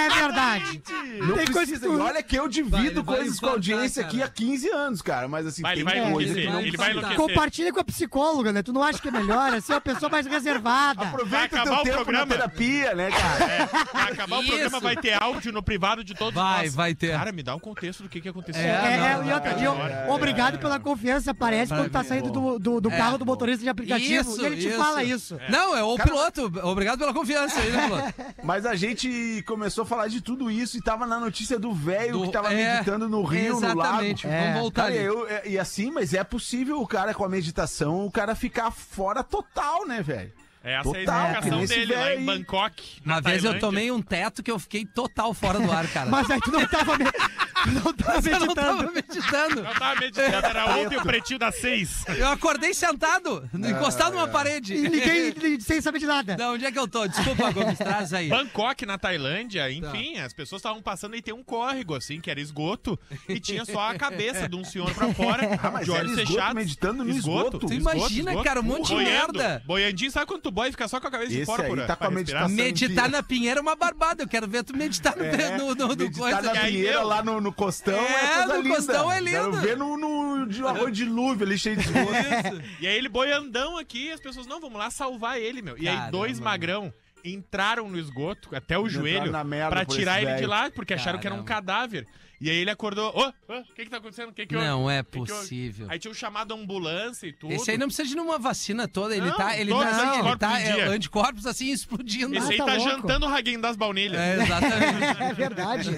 S6: é verdade.
S5: Não
S6: Tem coisa
S5: precisa.
S6: que tu-
S5: E olha que eu
S3: Vai, ele
S5: divido
S3: vai
S5: coisas com a
S3: infartar,
S5: audiência aqui
S3: cara.
S5: há 15 anos, cara. Mas assim,
S4: Vai, ele
S5: tem
S3: um
S4: vai
S5: coisa
S4: enlouquecer,
S5: que não
S3: Tá.
S4: ele vai
S5: precisa.
S4: enlouquecer.
S6: Compartilha com a psicóloga, né? Tu não acha que é melhor? Assim, é uma pessoa mais reservada.
S5: Aproveita
S4: Vai
S5: teu
S4: acabar o
S5: tempo
S4: programa.
S5: na terapia, né, cara?
S4: Vai É. acabar
S3: Isso.
S4: o programa, vai ter áudio no privado de todos
S3: Vai,
S4: nós.
S3: vai ter.
S4: Cara, me dá um contexto do que, que aconteceu.
S3: É,
S6: É, é,
S3: não, é,
S6: e outra,
S4: cara,
S6: e eu-
S4: agora.
S6: obrigado pela confiança. Parece quando tá saindo do, do, do carro do motorista de aplicativo.
S3: Isso,
S6: e ele te
S3: isso.
S6: fala isso.
S3: Não, é o piloto. Obrigado pela confiança aí, né, piloto?
S5: Mas a gente começou a falar de tudo isso e tava na notícia do velho
S3: Do-
S5: que tava
S3: é,
S5: meditando no rio, no lago.
S3: Exatamente, vamos
S6: É.
S3: voltar
S5: Cara,
S3: ali.
S5: eu, é- e assim, mas é possível o cara com a meditação, o cara ficar fora total, né, velho?
S4: Essa é
S5: Total,
S4: a explicação
S5: esse
S4: dele lá
S5: velho
S4: em
S5: aí.
S4: Bangkok. na
S3: Uma vez eu
S4: Tailândia.
S3: tomei um teto que eu fiquei total fora do ar, cara.
S6: Mas aí tu não tava, me... não tava
S3: eu
S6: meditando.
S3: não tava meditando.
S4: Eu tava meditando,
S5: Tá
S4: era ontem o pretinho das seis.
S3: Eu acordei sentado, encostado
S4: Ah, é.
S3: numa parede.
S6: E ninguém e sem saber de nada.
S3: Não, onde é que eu tô? Desculpa, Gomes, traz aí.
S4: Bangkok, na
S5: Tá.
S4: Tailândia, enfim, as pessoas estavam passando e tem um córrego, assim, que era esgoto, e tinha só a cabeça de um senhor pra fora,
S5: Ah, mas
S4: de olhos
S5: era esgoto,
S4: fechados.
S5: meditando no esgoto? Tu
S3: imagina, cara, um monte de
S4: boiando.
S3: merda.
S4: Boiandinho, sabe quando tu boia e fica só com a cabeça de
S5: Esse
S4: fora,
S5: aí
S4: porã,
S5: tá com a
S4: pra respirar?
S5: meditação.
S3: Meditar na pinheira é uma barbada. Eu quero ver tu meditar no,
S5: É,
S3: no, no, no
S5: meditar
S3: coisa.
S5: na
S4: E aí,
S5: pinheira
S4: meu?
S5: lá no, no costão
S3: É,
S5: é, coisa
S3: no
S5: linda.
S3: costão é lindo.
S5: Quero ver no, no de um arroz de dilúvio ali cheio de esgoto.
S4: E aí ele boiandão aqui, e as pessoas, não, vamos lá salvar ele, meu. E aí
S3: Caramba,
S4: dois
S3: mano.
S4: magrão entraram no esgoto, até o
S5: Entraram
S4: joelho,
S5: na merda
S4: pra
S5: por
S4: tirar
S5: esse
S4: ele de
S5: velho.
S4: lá, porque acharam que era um
S3: Caramba.
S4: cadáver. E aí ele acordou, ô, ô, o que que tá acontecendo? O que que houve?
S3: Não é
S4: O que que houve?"
S3: possível.
S4: Aí tinha um chamado a ambulância e tudo.
S3: Esse aí não precisa de uma vacina toda. Ele
S4: Não,
S3: tá. Ele,
S4: todos
S3: tá-
S4: os
S3: ele tá.
S4: anticorpos em
S3: é,
S4: dia.
S3: anticorpos assim explodindo.
S4: Esse
S6: Ah,
S4: aí
S6: tá
S4: tá
S6: louco.
S4: jantando o raguinho das baunilhas.
S3: É, exatamente.
S6: É verdade.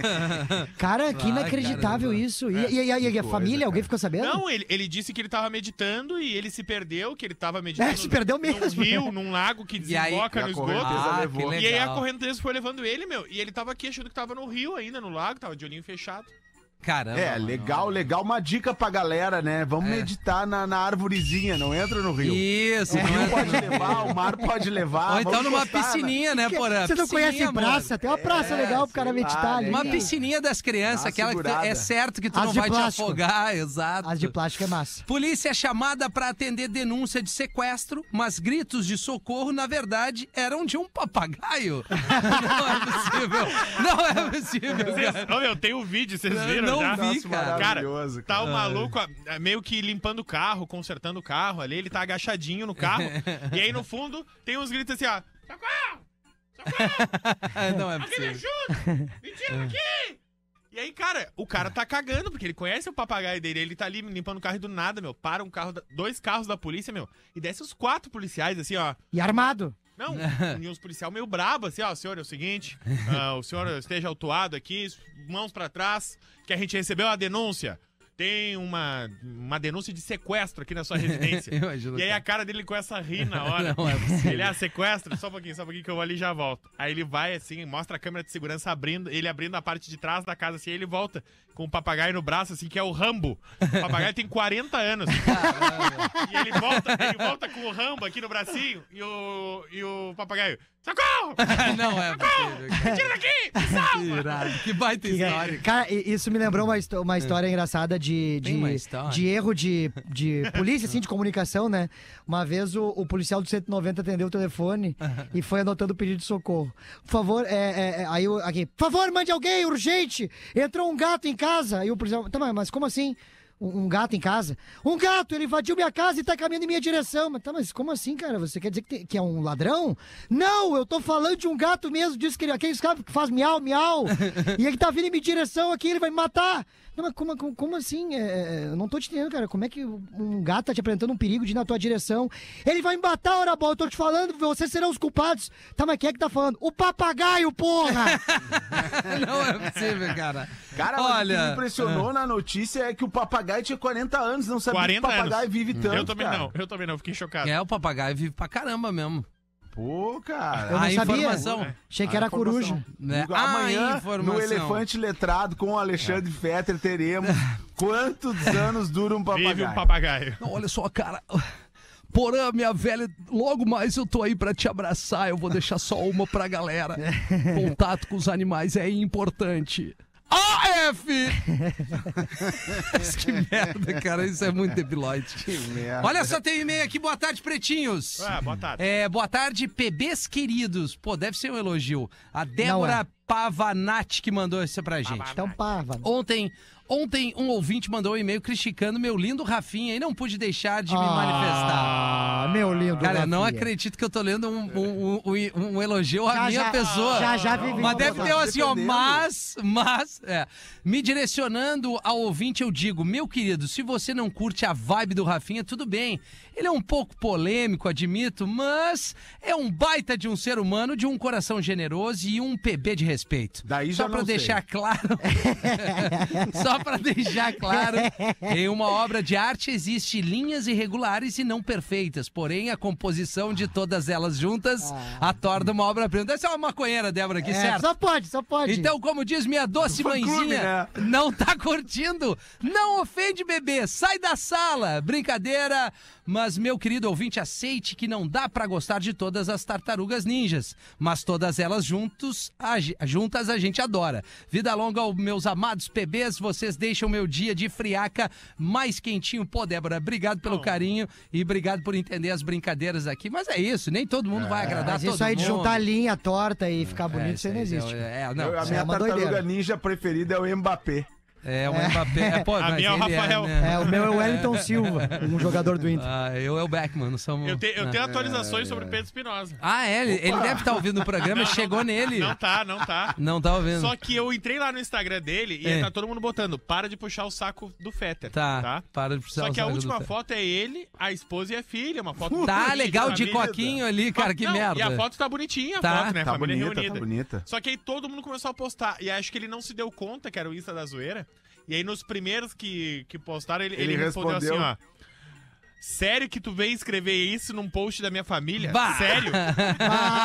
S6: Cara, que inacreditável
S3: caramba.
S6: isso. E, e- e- e- e a família, alguém ficou sabendo?
S3: é,
S4: Não, ele, ele disse que ele tava meditando e ele se perdeu, que ele tava meditando.
S6: É, se perdeu mesmo.
S4: Num rio, num lago que
S3: E aí-
S4: desemboca
S5: E
S4: no
S5: a
S4: esgoto.
S5: correnteza
S3: Ah,
S5: levou.
S3: que
S4: E aí a
S3: legal.
S4: correnteza foi levando ele, meu. E ele tava aqui achando que tava no rio ainda, no lago, tava de olhinho fechado.
S3: Caramba.
S5: É,
S3: mano.
S5: legal, legal. Uma dica pra galera, né?
S3: É.
S5: Vamos meditar na, na arvorezinha, não entra no rio.
S3: Isso,
S5: O rio
S3: não é?
S5: pode levar, o mar pode levar.
S3: Ou então
S5: vamos
S3: numa
S5: gostar, né?
S3: piscininha, né,
S6: Porque
S3: Porã?
S6: Você não
S3: Piscininha,
S6: conhece
S3: amor.
S6: praça, tem uma praça
S5: É,
S6: legal pro cara
S5: sei lá,
S6: meditar ali.
S5: né,
S3: Uma
S5: cara?
S3: piscininha das crianças,
S5: Dá uma
S3: aquela que tu-
S5: segurada.
S3: é certo que tu
S6: As
S3: não
S6: de
S3: vai
S6: plástico.
S3: te afogar, exato.
S6: As de plástico é massa.
S3: Polícia é chamada para atender denúncia de sequestro, mas gritos de socorro, na verdade, eram de um papagaio. Não é possível. Não é possível, cara.
S4: Ô, meu, tem o vídeo, vocês
S3: Não,
S4: viram
S3: não
S4: já?
S3: vi,
S5: Nossa,
S3: cara.
S4: Cara,
S5: maravilhoso,
S4: tá
S5: cara.
S4: o maluco ah, ah, meio que limpando o carro, consertando o carro ali, ele tá agachadinho no carro. e aí no fundo tem uns gritos assim, ó. Socorro!
S3: Não é
S4: Alguém me
S3: possível.
S4: ajuda! Me tira daqui! E aí, cara, o cara tá cagando, porque ele conhece o papagaio dele. Ele tá ali limpando o carro e do nada, meu. Para um carro, da- dois carros da polícia, meu. E desce os quatro policiais, assim, ó.
S6: E armado.
S4: Não, e uns policial meio brabo, assim, ó, senhor, é o seguinte, ah, o senhor esteja autuado aqui, mãos pra trás, que a gente recebeu a denúncia. Tem uma, uma denúncia de sequestro aqui na sua residência.
S3: Eu imagino,
S4: e aí a
S3: cara.
S4: cara dele com essa rir na hora.
S3: Não é possível.
S4: ele, ah, sequestra, só um pouquinho, só um pouquinho que eu vou ali e já volto. Aí ele vai, assim, mostra a câmera de segurança abrindo, ele abrindo a parte de trás da casa, assim, aí ele volta com o papagaio no braço, assim, que é o Rambo. O papagaio tem 40 anos. E ele volta, ele volta com o Rambo aqui no bracinho e o, e o papagaio. Socorro!
S3: Não é possível, cara.
S4: Tira daqui! me Salva!
S3: Que irado. Que baita história.
S6: Cara, e- isso me lembrou uma, histó-
S3: É.
S6: uma história engraçada de,
S3: Tem
S6: de,
S3: uma história?
S6: de erro de, de polícia, assim, de comunicação, né? Uma vez o, o policial do 190 atendeu o telefone e foi anotando o pedido de socorro. Por favor, é, é, é, aí o- aqui, por favor, mande alguém, urgente! Entrou um gato em casa. E o policial, tá, mas- mas como assim? Um um gato em casa? Um gato, ele invadiu minha casa e tá caminhando em minha direção. Mas tá, mas como assim, cara? Você quer dizer que, tem- que é um ladrão? Não, eu tô falando de um gato mesmo. Diz que ele, aqueles caras que faz miau, miau. e ele tá vindo em minha direção aqui, ele vai me matar. Não, mas como, como, como assim? É, é, eu não tô te entendendo, cara. Como é que um gato tá te apresentando um perigo de ir na tua direção? Ele vai me matar, ora bola. Eu tô te falando, vocês serão os culpados. Tá, mas quem é que tá falando? O papagaio, porra!
S3: Não é possível, cara.
S5: Cara, mas o que me
S3: olha.
S5: impressionou na notícia é que o papagaio tinha 40 anos, não sabia que o
S4: 40 anos.
S5: papagaio vive tanto.
S4: eu também
S5: cara.
S4: não, eu também não, fiquei chocado.
S3: É, o papagaio vive pra caramba mesmo.
S5: Pô,
S6: Eu não
S5: cara.
S3: A
S6: sabia.
S3: informação.
S6: Achei que era
S5: A informação.
S6: coruja.
S3: Né?
S5: No-
S3: A
S5: Amanhã,
S3: informação. É.
S5: no Elefante Letrado com o Alexandre Fetter, teremos quantos anos dura um
S3: é
S5: papagaio.
S4: Vive um papagaio.
S3: Não, olha só, cara. Porã, minha velha, logo mais eu tô aí pra te abraçar. Eu vou deixar só uma pra galera. Contato com os animais é importante. AF! Mas que merda, cara. Isso é muito debilóide.
S5: Que merda.
S3: Olha só, tem um e-mail aqui. Boa tarde, pretinhos.
S4: Ah, boa tarde.
S3: É, boa tarde, PBs queridos. Pô, deve ser um elogio. A Débora
S6: é.
S3: Pavanati que mandou isso pra gente.
S6: Então, pá, vai.
S3: Ontem, ontem um ouvinte mandou um e-mail criticando meu lindo Rafinha e não pude deixar de me
S6: Ah,
S3: manifestar.
S6: meu lindo.
S3: Cara, eu não
S6: Rafinha.
S3: acredito que eu tô lendo um, um- um- um- um elogio à
S6: Já,
S3: minha
S6: já,
S3: pessoa.
S6: já, já vive
S3: Mas deve ter
S6: incomodado.
S3: assim, ó,
S5: Dependendo.
S3: mas, mas, é. Me direcionando ao ouvinte, eu digo, meu querido, se você não curte a vibe do Rafinha, tudo bem. Ele é um pouco polêmico, admito, mas é um baita de um ser humano, de um coração generoso e um PB de respeito.
S5: Daí
S3: Só
S5: já
S3: pra
S5: não sei.
S3: deixar claro. Só para deixar claro, em uma obra de arte existe linhas irregulares e não perfeitas, porém porém a composição de todas elas juntas a torna uma obra-prima. Deve ser uma maconheira, Débora, aqui,
S6: É,
S3: certo?
S6: Só pode, só pode.
S3: Então, como diz minha doce
S5: Fã clube,
S6: né?
S3: mãezinha, não tá curtindo, não ofende bebê, sai da sala. Brincadeira, mas meu querido ouvinte, aceite que não dá pra gostar de todas as tartarugas ninjas, mas todas elas juntos, a ge- juntas a gente adora. Vida longa, aos meus amados bebês, vocês deixam meu dia de friaca mais quentinho. Pô, Débora, obrigado pelo carinho e obrigado por entender as brincadeiras aqui. Mas é isso, nem todo mundo vai agradar
S6: Mas
S3: todo
S6: isso aí de
S3: mundo.
S6: juntar a linha torta e ficar
S3: É,
S6: bonito,
S3: isso
S6: isso aí não
S3: aí,
S6: existe.
S3: É, é, não,
S5: Eu- a
S3: isso
S5: minha
S6: é uma
S5: tartaruga
S6: doideira.
S5: ninja preferida é o Mbappé.
S3: É, o Mbappé. É, pô,
S4: A
S3: mas
S4: minha é o
S3: ele
S4: Rafael.
S3: né?
S6: É, o meu é o Wellington Silva, um jogador do Inter.
S3: Ah, eu é o Beckman, não somos.
S4: Eu, te- eu
S3: né?
S4: tenho atualizações sobre o Pedro Espinosa.
S3: Ah, é, ele, ele deve estar ouvindo o programa, chegou nele.
S4: Não tá, não tá.
S3: Não tá ouvindo.
S4: Só que eu entrei lá no Instagram dele e
S3: É.
S4: tá todo mundo botando, para de puxar o saco do Fetter.
S3: Tá, para de precisar
S4: Só que
S3: usar
S4: a
S3: o
S4: última
S3: Google.
S4: foto é ele, a esposa e a filha. Uma foto
S3: Tá
S4: bonita,
S3: legal de
S4: família.
S3: coquinho ali, cara, que
S4: Não,
S3: merda.
S4: E a foto tá bonitinha, a
S3: Tá.
S4: foto, né?
S5: Tá
S4: Família
S5: bonita,
S4: reunida.
S5: tá bonita.
S4: Só que aí todo mundo começou a postar. E acho que ele não se deu conta que era o Insta da zoeira. E aí nos primeiros que, que postaram, ele,
S5: Ele
S4: ele respondeu,
S5: respondeu.
S4: assim, ó. Sério que tu veio escrever isso num post da minha família?
S3: Bah!
S4: Sério?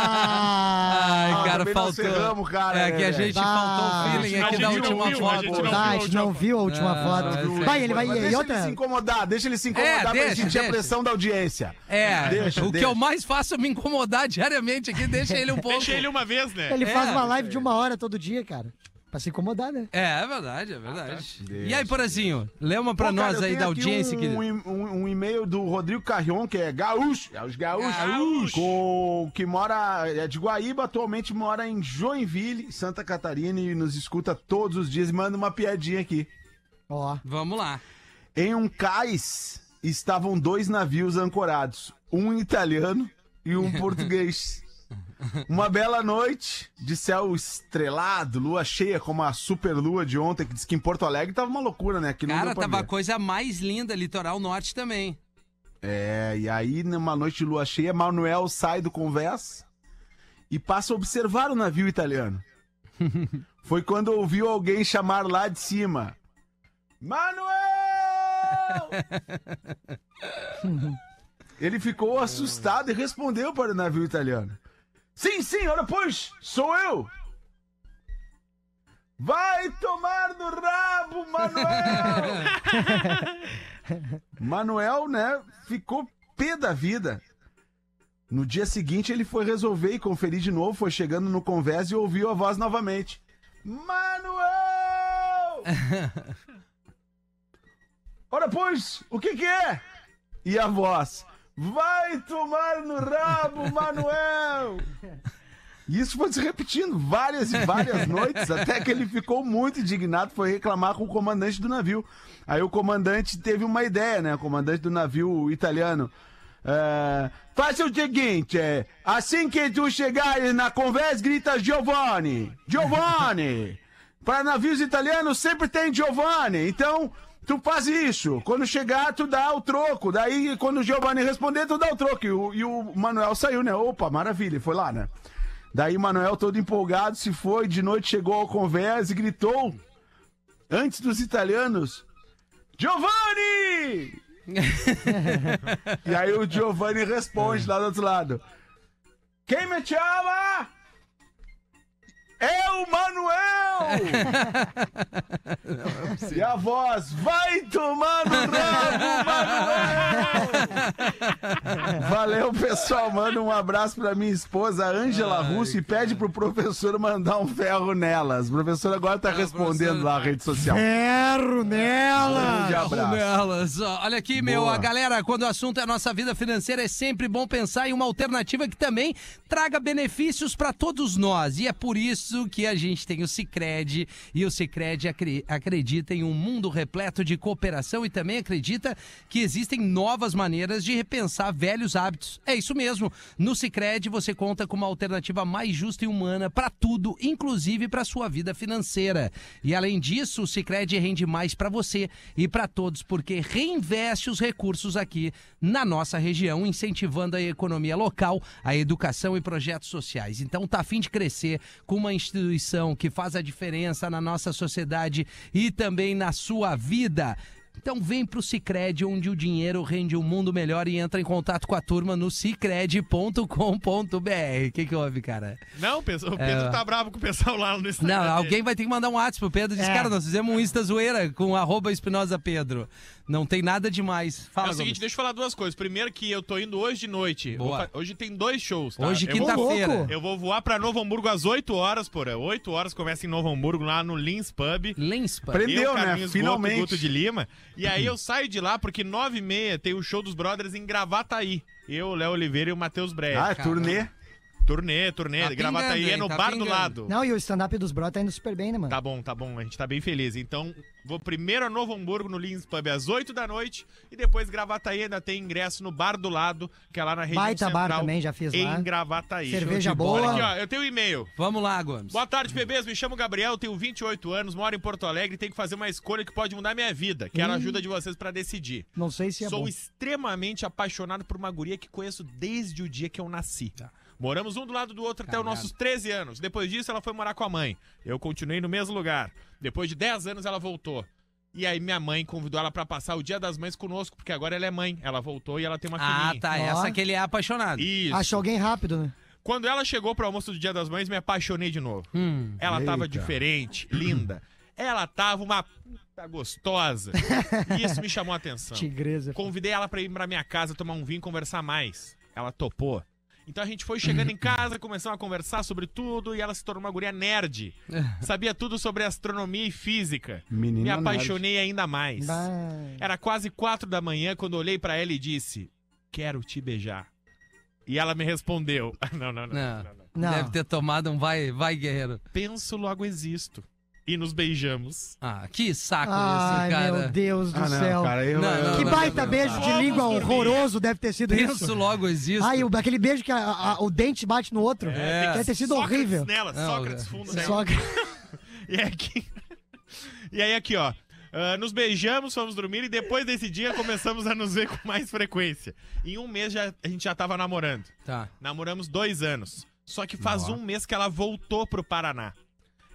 S3: Ai,
S5: Ah,
S3: cara,
S5: também nós
S3: faltou.
S5: ferramos, cara,
S3: é que a
S5: né,
S3: gente
S6: velho?
S3: faltou o
S6: Bah.
S3: feeling
S4: A
S3: aqui
S4: gente
S3: da
S4: não
S3: última
S4: viu, a
S3: foto.
S4: gente não
S6: Tá, a
S4: viu,
S6: gente
S4: tchau.
S6: não viu a última
S3: Ah,
S6: foto.
S3: sim.
S6: Vai, ele vai.
S5: é, Mas
S6: E
S5: deixa ele
S6: outra?
S5: se incomodar, deixa ele se incomodar pra
S3: É, deixa,
S5: sentir
S3: deixa.
S5: a pressão da audiência.
S3: É,
S5: Deixa,
S3: o que
S5: deixa.
S3: eu mais faço é me incomodar diariamente aqui, deixa ele um pouco.
S4: Deixa ele uma vez, né?
S6: Ele
S3: É,
S6: faz uma live de uma hora todo dia, cara. Pra se incomodar, né?
S3: É, é verdade, é
S5: Ah,
S3: verdade. e aí, Porazinho, lê uma pra
S5: tá. Pô, cara,
S3: nós
S5: eu
S3: aí
S5: tenho
S3: da
S5: aqui
S3: audiência,
S5: um,
S3: querido.
S5: Um, um e-mail do Rodrigo Carrion, que é gaúcho. É os gaúchos.
S4: Gaúcho.
S5: Com, que mora. É de Guaíba, atualmente mora em Joinville, Santa Catarina, e nos escuta todos os dias. Manda uma piadinha aqui.
S6: Ó.
S3: Vamos lá.
S5: Em um cais estavam dois navios ancorados, um italiano e um português. Uma bela noite, de céu estrelado, lua cheia, como a super lua de ontem, que diz que em Porto Alegre tava uma loucura, né? Que não
S3: Cara,
S5: deu pra
S3: tava a
S5: ver.
S3: coisa mais linda, litoral norte também.
S5: É, e aí, numa noite de lua cheia, Manuel sai do convés e passa a observar o navio italiano. Foi quando ouviu alguém chamar lá de cima: Manuel! Ele ficou assustado e respondeu para o navio italiano: Sim, sim, ora pois, sou eu! Vai tomar no rabo, Manuel! Manuel, né, ficou pé da vida. No dia seguinte ele foi resolver e conferir de novo, foi chegando no convés e ouviu a voz novamente. Manuel! Ora, pois, o que que é? E a voz. Vai tomar no rabo, Manuel! E isso foi se repetindo várias e várias noites, até que ele ficou muito indignado, foi reclamar com o comandante do navio. Aí o comandante teve uma ideia, né? O comandante do navio italiano. É, faça o seguinte, é, assim que tu chegar na conversa, grita Giovanni! Giovanni! Para navios italianos sempre tem Giovanni, então tu faz isso. Quando chegar, tu dá o troco. Daí, quando o Giovanni responder, tu dá o troco. E o, e o Manuel saiu, né? Opa, maravilha, foi lá, né? Daí Manuel, todo empolgado, se foi. De noite chegou ao convés e gritou, antes dos italianos, Giovanni! e aí o Giovanni responde lá do outro lado. Quem me chama? É o Manuel! e a voz, vai tomar no rabo, Manuel! Valeu, pessoal. Manda um abraço pra minha esposa, Ângela Russo, e pede pro professor mandar um ferro nelas. O professor agora tá respondendo
S3: professor.
S5: lá na rede social.
S6: Ferro
S5: Um
S6: nela!
S5: grande abraço.
S3: Rumelas. Ó, Olha aqui, meu,
S5: Boa.
S3: a galera, quando o assunto é a nossa vida financeira, é sempre bom pensar em uma alternativa que também traga benefícios para todos nós. E é por isso que a gente tem o Cicred. E o Cicred acre- acredita em um mundo repleto de cooperação e também acredita que existem novas maneiras de repensar velhos hábitos. É isso mesmo. No Cicred você conta com uma alternativa mais justa e humana para tudo, inclusive para sua vida financeira. E além disso, o Cicred rende mais para você e para todos, porque reinveste os recursos aqui na nossa região, incentivando a economia local, a educação e projetos sociais. Então tá a fim de crescer com uma instituição que faz a diferença na nossa sociedade e também na sua vida. Então vem pro Cicred, onde o dinheiro rende um mundo melhor e entra em contato com a turma no cicred.com.br. O que que houve, cara?
S4: Não, pessoal, o Pedro tá bravo com o pessoal lá no Instagram.
S3: É. Não,
S4: dele. É
S3: alguém vai ter que mandar um WhatsApp pro Pedro. Diz,
S6: É.
S3: cara, nós fizemos um Insta zoeira com arroba Espinosa Pedro. Não tem nada demais.
S4: É
S3: Fala,
S4: o seguinte,
S3: Gomes.
S4: deixa eu falar duas coisas. Primeiro que eu tô indo hoje de noite.
S3: Boa.
S4: Vou fa- Hoje tem dois shows, tá?
S3: Hoje,
S4: Eu vou-
S3: quinta-feira.
S6: louco.
S4: Eu vou voar pra Novo Hamburgo às 8 horas, porra. 8 horas começa em Novo Hamburgo, lá no Lins Pub.
S3: Lenspa.
S5: Pre- Entendeu,
S4: eu,
S5: né?
S4: Carlinhos
S5: Finalmente.
S4: Guto, Guto de Lima. E aí eu saio de lá porque 9 e meia tem o show dos brothers em Gravataí. Eu, o Léo Oliveira e o Matheus Breyer.
S5: Ah, turnê.
S4: Turnê, turnê.
S3: Tá
S4: Gravataí
S3: pingando,
S4: é no
S3: hein? Tá
S4: bar
S3: pingando.
S4: do lado.
S6: Não, e o stand-up dos bros tá indo super bem, né, mano?
S4: Tá bom, tá bom. A gente tá bem feliz. Então, vou primeiro a Novo Hamburgo, no Lins Pub, às 8 da noite. E depois Gravataí ainda tem ingresso no Bar do Lado, que é lá na região
S6: Baita bar
S4: central,
S6: também, já fiz
S4: em
S6: lá.
S4: Gravataí.
S6: Cerveja
S4: Show de bola.
S6: boa.
S4: Olha aqui, ó. Eu tenho um e-mail.
S3: Vamos lá, Gomes.
S4: Boa tarde, bebês. Me chamo Gabriel, tenho 28 anos, moro em Porto Alegre e tenho que fazer uma escolha que pode mudar minha vida.
S6: Hum.
S4: Quero a ajuda de vocês pra decidir.
S6: Não sei se é
S4: Sou um
S6: bom.
S4: extremamente apaixonado por uma guria que conheço desde o dia que eu nasci. Moramos um do lado do outro até
S3: Cagada.
S4: os nossos 13 anos. Depois disso, ela foi morar com a mãe. Eu continuei no mesmo lugar. Depois de 10 anos, ela voltou. E aí, minha mãe convidou ela pra passar o Dia das Mães conosco, porque agora ela é mãe. Ela voltou e ela tem uma
S3: Ah,
S4: filhinha.
S3: tá.
S6: Ó.
S3: Essa que ele é apaixonado.
S4: Isso.
S6: Acho alguém rápido, né?
S4: Quando ela chegou pro almoço do Dia das Mães, me apaixonei de novo.
S3: Hum.
S4: Ela tava diferente, linda. Ela tava uma puta gostosa. E isso me chamou a atenção.
S6: Tigresa.
S4: Convidei ela pra ir pra minha casa tomar um vinho e conversar mais. Ela topou. Então a gente foi chegando em casa, começamos a conversar sobre tudo e ela se tornou uma guria nerd. Sabia tudo sobre astronomia e física.
S5: Menina
S4: Me
S5: nerd.
S4: apaixonei ainda mais.
S6: Vai.
S4: Era quase quatro da manhã quando olhei pra ela e disse: Quero te beijar. E ela me respondeu: Não, não, não.
S3: Não.
S4: não, não, não.
S6: Não.
S3: Deve ter tomado um vai, vai guerreiro.
S4: Penso, logo existo. E nos beijamos.
S3: Ah, que saco
S6: Ai,
S3: esse cara.
S6: meu Deus do
S5: Ah,
S6: céu.
S5: não, cara, eu,
S3: Não, não,
S6: que
S3: não,
S6: baita
S3: não, não.
S6: beijo de
S4: Vamos
S6: língua
S4: dormir.
S6: horroroso deve ter sido isso.
S3: Penso logo existe.
S6: Ai, o- aquele beijo que a- a- o dente bate no outro.
S3: É.
S6: Deve ter sido
S4: Sócrates né?
S6: horrível. é
S4: Nela,
S3: Não,
S4: Sócrates
S3: cara.
S4: fundo nela.
S6: Só que-
S4: E aí aqui. e aí aqui, ó. Ah, nos beijamos, fomos dormir e depois desse dia começamos a nos ver com mais frequência. Em um mês já, a gente já tava namorando.
S3: Tá.
S4: Namoramos dois anos. Só que faz
S3: Nossa.
S4: um mês que ela voltou pro Paraná.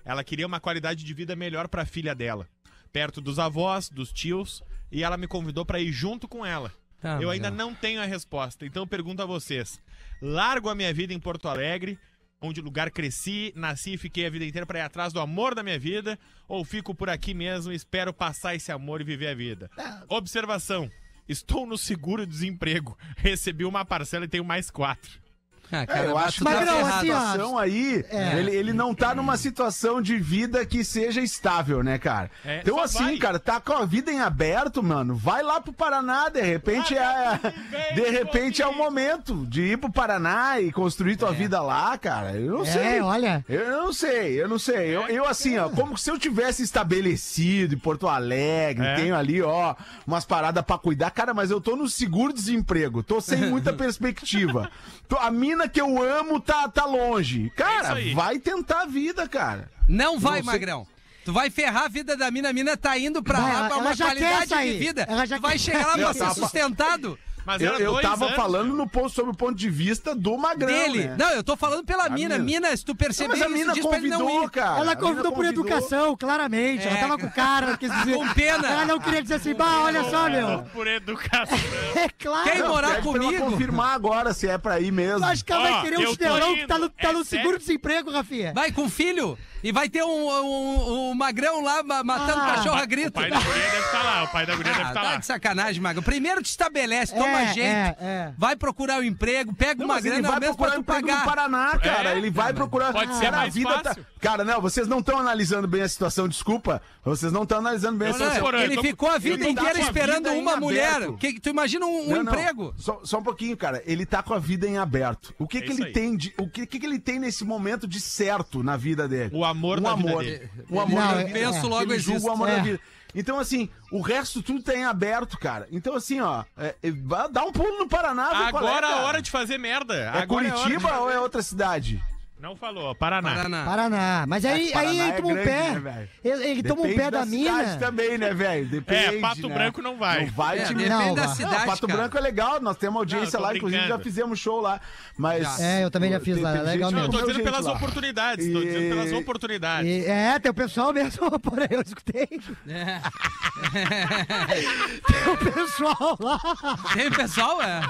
S4: Ela queria uma qualidade de vida melhor pra filha dela. Perto dos avós, dos tios. E ela me convidou pra ir junto com ela.
S3: tá,
S4: Eu ainda
S3: meu.
S4: não tenho a resposta, então eu pergunto a vocês. Largo a minha vida em Porto Alegre, onde lugar cresci, nasci e fiquei a vida inteira pra ir atrás do amor da minha vida, ou fico por aqui mesmo e espero passar esse amor e viver a vida?
S5: É.
S4: Observação. Estou no seguro-desemprego. Recebi uma parcela e tenho mais quatro.
S3: Ah, cara,
S5: eu
S3: mas
S5: acho
S3: tu
S6: que-
S3: tá
S6: Mas não,
S3: ferrado.
S6: assim, ó.
S5: situação aí,
S6: É.
S5: ele, ele não tá numa situação de vida que seja estável, né, cara?
S4: É,
S5: então,
S4: só
S5: assim,
S4: vai.
S5: cara, tá com a vida em aberto, mano. Vai lá pro Paraná, de repente
S4: Lá
S5: é.
S4: vem,
S5: De
S4: vem,
S5: repente é o
S4: vem.
S5: momento de ir pro Paraná e construir
S4: É.
S5: tua vida lá, cara. Eu não sei.
S6: É, olha.
S5: Eu não sei, eu não sei. Eu, eu assim, ó, como se eu tivesse estabelecido em Porto Alegre,
S4: É.
S5: tenho ali, ó, umas paradas pra cuidar. Cara, mas eu tô no seguro-desemprego, tô sem muita perspectiva. Tô- a mina que eu amo tá, tá longe. Cara,
S4: É isso aí.
S5: vai tentar a vida, cara.
S3: Não vai,
S5: sei.
S3: Magrão. Tu vai ferrar a vida da mina. A mina tá indo pra
S6: Vai,
S3: lá
S6: ela-
S3: pra
S6: ela
S3: uma
S6: já quer
S3: qualidade de
S6: sair.
S3: vida.
S6: Ela já
S3: tu vai
S6: quer-
S3: chegar lá pra
S5: Eu
S3: ser
S5: tava-
S3: sustentado.
S4: Mas
S5: Eu,
S4: era
S5: eu
S4: dois
S5: tava
S4: anos,
S5: falando
S4: meu.
S5: no posto sobre o ponto de vista do Magrão,
S3: dele.
S5: né?
S3: Não, eu tô falando pela mina.
S5: mina.
S3: Mina, se tu
S5: Não,
S3: perceber
S5: mas a mina
S3: isso, diz pra ele não
S5: convidou,
S3: ir.
S5: cara. A
S6: Ela
S5: mina
S6: convidou por
S5: convidou.
S6: educação, claramente.
S3: É,
S6: ela tava
S3: cara.
S6: com cara, ela quis dizer.
S3: Com pena. É.
S6: Ela não queria dizer assim, bah, olha só, meu.
S4: Ah, Por educação.
S6: É claro.
S3: Quem morar
S5: Pede pra ela
S3: comigo?
S5: confirmar agora se é pra ir mesmo.
S6: Eu acho que ela
S4: Ó,
S6: vai querer um
S4: eu tô
S6: chinerão que tá no,
S4: indo,
S6: tá
S4: é
S6: no
S4: sério.
S6: seguro-desemprego, Rafinha.
S3: Vai com filho e vai ter um, um- um magrão lá ma- matando
S6: Ah.
S3: cachorro a
S4: O
S3: grito.
S4: pai da guria deve estar lá. O pai da guria deve
S3: Ah,
S4: estar
S3: tá
S4: lá.
S3: de sacanagem, Magrão. Primeiro te estabelece, toma
S6: É,
S3: jeito,
S6: é, é.
S3: vai procurar o emprego, pega
S5: Não,
S3: uma
S5: mas ele
S3: grana ao
S5: vai
S3: menos pra
S5: procurar
S3: tu
S5: emprego no
S3: pagar.
S5: Paraná, cara.
S4: É?
S5: ele vai procurar.
S4: Pode ser
S5: cara,
S4: mais fácil.
S5: Tá... Cara, não, vocês não estão analisando bem a situação, desculpa. Vocês não estão analisando bem a
S4: Eu
S5: situação.
S4: não-
S3: Olha, ele
S4: eu tô-
S3: ficou a
S4: ele
S3: vida
S5: tá
S3: inteira
S5: com a
S3: esperando
S5: vida em
S3: uma
S5: aberto.
S3: mulher. Que, tu imagina um, um
S5: Não, não.
S3: emprego.
S5: Só, só um pouquinho, cara. Ele tá com a vida em aberto. O que,
S4: É
S5: que
S4: isso
S5: ele
S4: aí.
S5: tem de, o que, que, que ele tem nesse momento de certo na vida dele?
S4: O amor
S5: um
S4: da vida
S5: amor,
S4: dele.
S5: Um amor
S6: Não,
S5: da
S6: eu
S5: vida.
S6: penso
S5: Ele
S3: logo
S5: julga
S3: existo.
S5: o amor
S6: É.
S5: da vida. Então, assim, o resto tudo tá em aberto, cara. Então, assim, ó, é, é, vá- dá um pulo no Paraná. vê qual é,
S4: Agora é
S5: cara.
S4: a hora de fazer merda.
S5: É
S4: Agora a hora de-
S5: Curitiba ou é outra cidade?
S4: Não falou, Paraná.
S3: Paraná.
S6: Paraná. Mas aí,
S5: Paraná
S6: aí ele
S5: é
S6: toma
S5: grande,
S6: um pé.
S5: né, velho?
S6: ele ele toma um
S5: Depende
S6: pé da,
S5: cidade
S6: mina.
S5: também, né, velho? Depende.
S4: É, Pato
S5: né?
S4: Branco não vai.
S5: Não vai
S3: É,
S5: te
S3: depende
S6: Não,
S3: da
S6: vá.
S5: Não,
S3: cidade,
S5: Pato
S3: cara.
S5: Branco é legal, nós temos audiência
S4: Não, eu tô
S5: lá, inclusive já
S4: brincando.
S5: fizemos show lá. Mas.
S3: Já.
S6: É, eu também já fiz lá, é legal
S4: Não, eu
S6: mesmo.
S4: tô
S5: Comeu
S4: dizendo
S5: gente
S4: pelas
S5: lá.
S4: oportunidades. Tô dizendo pelas
S5: E-
S4: oportunidades.
S6: E- é, tem o pessoal mesmo, porém, eu escutei.
S3: É.
S6: Tem o pessoal lá.
S3: Tem pessoal, é.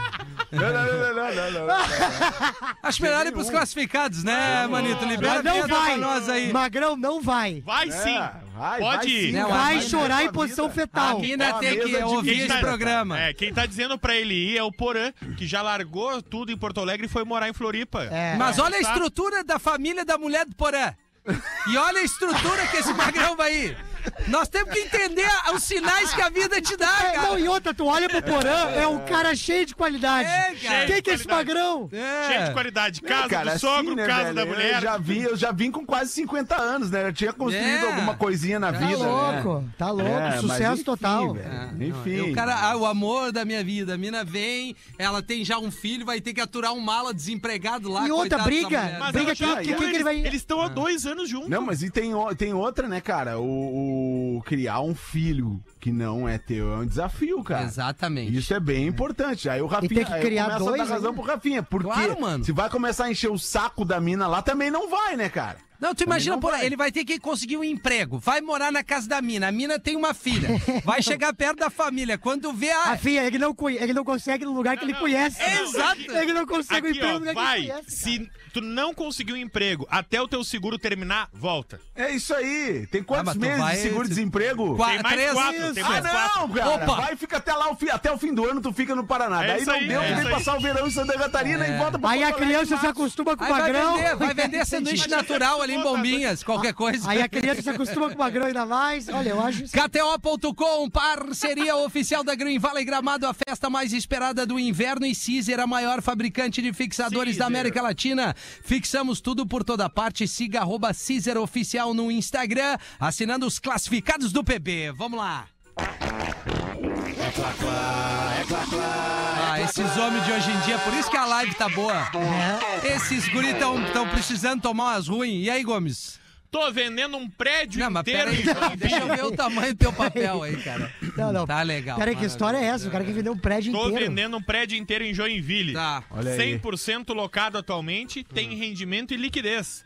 S5: Não, não, não, não, não, não,
S4: Ah,
S5: não.
S3: Acho melhor ir pros classificados, né, Manito? Libera
S6: Mas
S3: a
S6: não
S3: vinheta pra
S6: vai.
S3: nós aí.
S6: Magrão não vai.
S4: Vai sim.
S5: É, vai,
S4: Pode
S5: vai sim,
S4: ir.
S3: Não,
S6: Vai
S3: mas- é
S6: chorar um em
S5: Sua
S6: posição
S5: vida.
S6: fetal.
S3: Aqui ainda
S5: Ó,
S3: tem
S5: mesa
S3: que
S5: de
S3: ouvir
S5: mesa,
S3: esse
S5: cara.
S3: programa.
S4: É, quem tá dizendo pra ele ir é o Porã, que já largou tudo em Porto Alegre e foi morar em Floripa.
S6: É.
S3: Mas olha a
S4: Tá.
S3: estrutura da família da mulher do Porã. E olha a estrutura que esse magrão vai ir. Nós temos que entender os sinais que a vida te dá,
S6: É, não,
S3: cara.
S6: e outra, tu olha pro Porã, é um cara cheio de qualidade.
S3: É, cara.
S6: Quem que é esse
S4: Cheio de qualidade.
S6: magrão?
S3: É.
S4: Cheio de qualidade. Casa
S5: Cara,
S4: do sogro,
S5: assim, né,
S4: casa
S5: velho?
S4: da mulher.
S5: Eu já, vim, eu já vim com quase 50 anos, né? Eu tinha construído
S3: É.
S5: alguma coisinha na
S3: Tá
S6: Tá
S5: vida. Né?
S6: louco, tá louco.
S5: É, mas
S6: Sucesso
S5: enfim,
S6: total.
S5: velho.
S3: Ah, não,
S5: Enfim.
S3: O, cara, ah, o amor da minha vida. A mina vem, ela tem já um filho, vai ter que aturar um mala desempregado lá.
S6: E
S3: coitado
S6: outra
S3: da
S6: briga,
S3: mulher.
S4: Mas
S6: briga
S4: ela já
S6: que- que-
S4: atua,
S6: que ele
S4: eles-
S6: vai-
S4: Eles estão há dois anos juntos.
S5: Não, mas e tem, o- tem outra, né, cara? O, o criar um filho que não é teu é um desafio, cara.
S3: Exatamente.
S5: Isso é bem importante. Aí o Rafinha
S6: tem que
S5: aí
S6: criar
S5: começa
S6: dois né?
S5: a dar razão
S6: ainda.
S5: pro Rafinha. Porque
S3: Claro, mano.
S5: se vai começar a encher o saco da mina lá, também não vai, né, cara?
S3: Não, tu imagina,
S5: não
S3: porra,
S5: vai.
S3: ele vai ter que conseguir um emprego, vai morar na casa da mina, a mina tem uma filha, vai chegar perto da família, quando vê ah, a...
S6: A filha, Ah, ele não, conhe- ele não consegue no lugar que ele
S4: não.
S6: conhece. né?
S4: É,
S3: não, aqui-
S6: Ele não consegue o
S4: Aqui,
S6: emprego no
S4: ó,
S6: lugar
S4: vai.
S6: que ele conhece. cara.
S4: Se tu não conseguiu um emprego até o teu seguro terminar, volta.
S5: É isso aí. Tem quantos
S6: Ah,
S3: mas tu
S5: meses
S3: vai-
S5: de seguro-desemprego?
S3: Qua-
S4: Tem mais
S3: três-
S4: quatro, tem
S3: Isso.
S5: Ah,
S4: mais quatro.
S5: não, cara.
S3: Opa.
S5: Vai e fica até lá, o fi- até o fim do ano tu fica no Paraná.
S4: É
S5: Daí
S4: isso
S5: não
S4: aí,
S5: deu,
S4: é
S5: tu
S4: isso
S5: vem
S4: aí.
S5: passar o verão em Santa Catarina e volta pra
S6: É. Aí a
S5: Porto Alegre,
S6: criança se
S5: Marcos.
S6: acostuma com o
S3: Aí vai
S6: magrão.
S3: vender, vai vender sanduíche natural ali em bombinhas, qualquer coisa.
S6: Aí a criança se acostuma com o magrão ainda mais. Olha, eu acho isso.
S3: KTO.com, parceria oficial da Green Valley Gramado, a festa mais esperada do inverno e Caesar, a maior fabricante de fixadores da
S4: Caesar.
S3: América Latina. Fixamos tudo por toda parte. Siga arroba Caesar Oficial no Instagram, assinando os classificados do PB. Vamos lá. Ah, esses homens de hoje em dia, por isso que a live tá boa. Esses guris estão precisando tomar umas ruins. E aí, Gomes?
S4: Tô vendendo um prédio
S3: Não, mas
S4: inteiro.
S3: peraí,
S4: em Joinville.
S3: deixa eu ver o tamanho do teu papel aí, cara.
S6: Não, não.
S3: Tá legal.
S6: Peraí, que história é essa? O cara que vendeu um prédio
S4: Tô
S6: inteiro.
S4: vendendo um prédio inteiro em Joinville.
S3: Tá.
S5: Olha aí.
S4: 100% locado atualmente, tem rendimento e liquidez.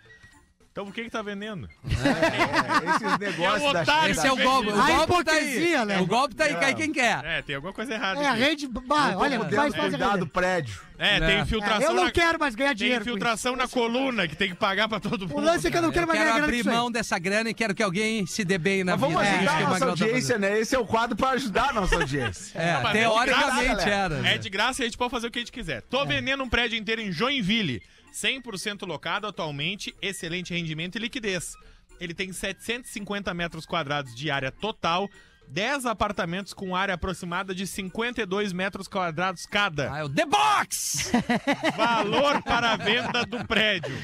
S4: Então por que que tá vendendo?
S5: Esses negócios
S4: É um
S5: da
S4: otário.
S3: Esse é o golpe. O
S6: A
S3: golpe tá aí.
S6: hipocrisia, né?
S3: O golpe tá aí, cai quem quer.
S4: É, tem alguma coisa errada.
S6: É, a
S4: aqui.
S6: rede. Bah, olha,
S5: Olha,
S6: faz, faz a
S5: cuidar do
S6: rede.
S5: prédio.
S4: É,
S3: É.
S4: tem
S6: É,
S4: infiltração.
S6: eu não
S4: na-
S6: quero mais ganhar
S4: Tem
S6: dinheiro. com isso.
S4: infiltração na coluna que tem que pagar pra todo mundo.
S6: O lance é que eu não quero
S3: Eu
S6: mais
S3: quero
S6: ganhar grana
S3: abrir
S6: com isso aí.
S3: mão dessa grana e quero que alguém se dê bem na
S5: Mas vamos
S3: vida. É, isso
S5: ajudar
S3: que
S5: a
S3: o
S5: nossa
S3: Magrão tá
S5: audiência, né? Esse é o quadro pra ajudar a nossa audiência.
S3: fazendo. É,
S4: mas é de
S3: teoricamente
S4: graça,
S3: era. né?
S4: É de graça e a gente pode fazer o que a gente quiser.
S6: É.
S4: Tô vendendo um prédio inteiro em Joinville. 100% locado atualmente, excelente rendimento e liquidez. Ele tem 750 metros quadrados de área total, 10 apartamentos com área aproximada de 52 metros quadrados cada.
S3: Ah, é o The Box!
S6: Ah.
S4: Valor para a venda do prédio: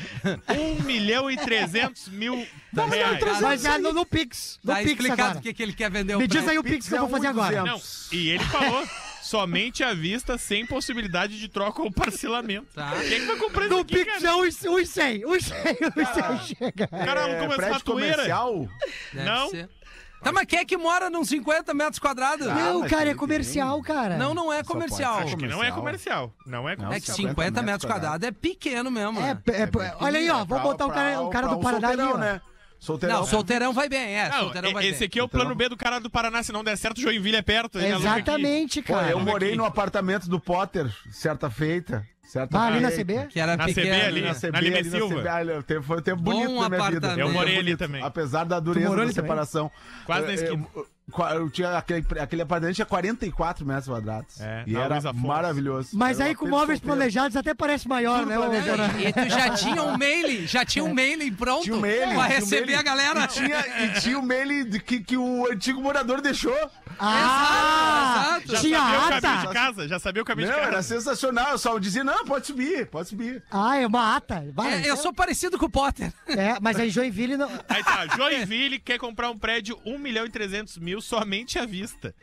S4: 1 milhão e 300 mil reais.
S6: Mas é no, no Pix. No
S3: Tá
S6: Pix
S3: explicado
S6: agora.
S3: o que, que ele quer vender o
S6: Me diz
S3: prédio.
S6: aí o Pix que eu vou fazer agora.
S4: Não, e ele falou somente à vista, sem possibilidade de troca ou parcelamento.
S3: Tá.
S4: Quem que vai comprar isso
S6: No
S4: aqui,
S6: Pix
S4: cara?
S6: é uns 100, uns 100, uns 100 chega.
S4: Cara, alugou
S5: É,
S4: uma
S5: prédio
S4: estatueira.
S3: É
S5: comercial?
S3: Deve
S4: Não.
S3: ser. Tá, mas quem é que mora nos 50 metros quadrados?
S5: Ah,
S6: Não,
S5: mas
S6: cara,
S5: tem
S6: é
S5: que
S6: comercial,
S5: ver.
S6: cara.
S3: Não, não é
S5: Só pode ser
S3: comercial.
S4: Acho que não é comercial. Não é
S3: É
S4: comercial.
S3: que 50 metros quadrados é pequeno mesmo.
S6: É,
S3: né?
S6: é, é, olha aí, ó. Vou botar o
S5: um
S6: cara, o cara do Paraná ali, ó.
S5: né? Solteirão.
S3: Não, solteirão vai bem, é.
S4: Não,
S3: solteirão vai
S4: e- esse
S3: bem.
S4: aqui é o plano B do cara do Paraná. Se não der certo, Joinville é perto. ele aluga aqui.
S6: Exatamente,
S5: Pô,
S6: cara.
S5: eu morei no apartamento do Potter, certa feita. Certa
S6: Ah, ali na
S5: feita.
S6: CB?
S3: Que era
S4: Na CB
S3: pequeno.
S4: É, ali,
S3: né?
S5: Na
S4: Na
S5: CB,
S4: Lime
S5: ali na
S4: Silva.
S5: CB, ali, teve- foi um tempo
S3: Bom
S5: bonito na minha vida.
S3: apartamento.
S4: Eu morei
S5: Tempo
S4: ali
S5: é bonito,
S4: também.
S5: Apesar da dureza
S6: morou
S5: da
S6: ali também?
S5: separação. É,
S4: Quase na
S5: Eu-
S4: esquina.
S5: Eu, eu- eu tinha aquele, aquele apartamento tinha 44 metros quadrados.
S4: É,
S5: e
S4: na
S5: era
S4: Luiz Afonso.
S5: maravilhoso.
S6: Mas
S5: Era um
S6: aí com
S5: apelo
S6: móveis
S5: solteiro.
S6: planejados até parece maior,
S5: Tudo
S6: né, ô
S5: planejado.
S6: Porã?
S3: E tu já tinha um mailing, já tinha um mailing pronto
S5: Tinha o Meli.
S3: pra
S5: tinha o
S3: receber
S5: Meli.
S3: a galera.
S5: E tinha, e tinha o Meli de- que, que o antigo morador deixou.
S6: Ah!
S3: exato.
S4: Já
S6: Tinha
S4: sabia o caminho de
S6: ata!
S4: casa. Já sabia o
S5: Não,
S4: caminho de
S5: era assim.
S4: casa.
S5: sensacional. Eu só dizia, não, pode subir, pode subir.
S6: Ah, é uma ata. Vai.
S3: É, eu sou parecido com o Potter.
S6: É, mas aí Joinville não.
S4: um Aí tá, Joinville quer comprar um prédio 1 milhão e 300 mil somente à vista.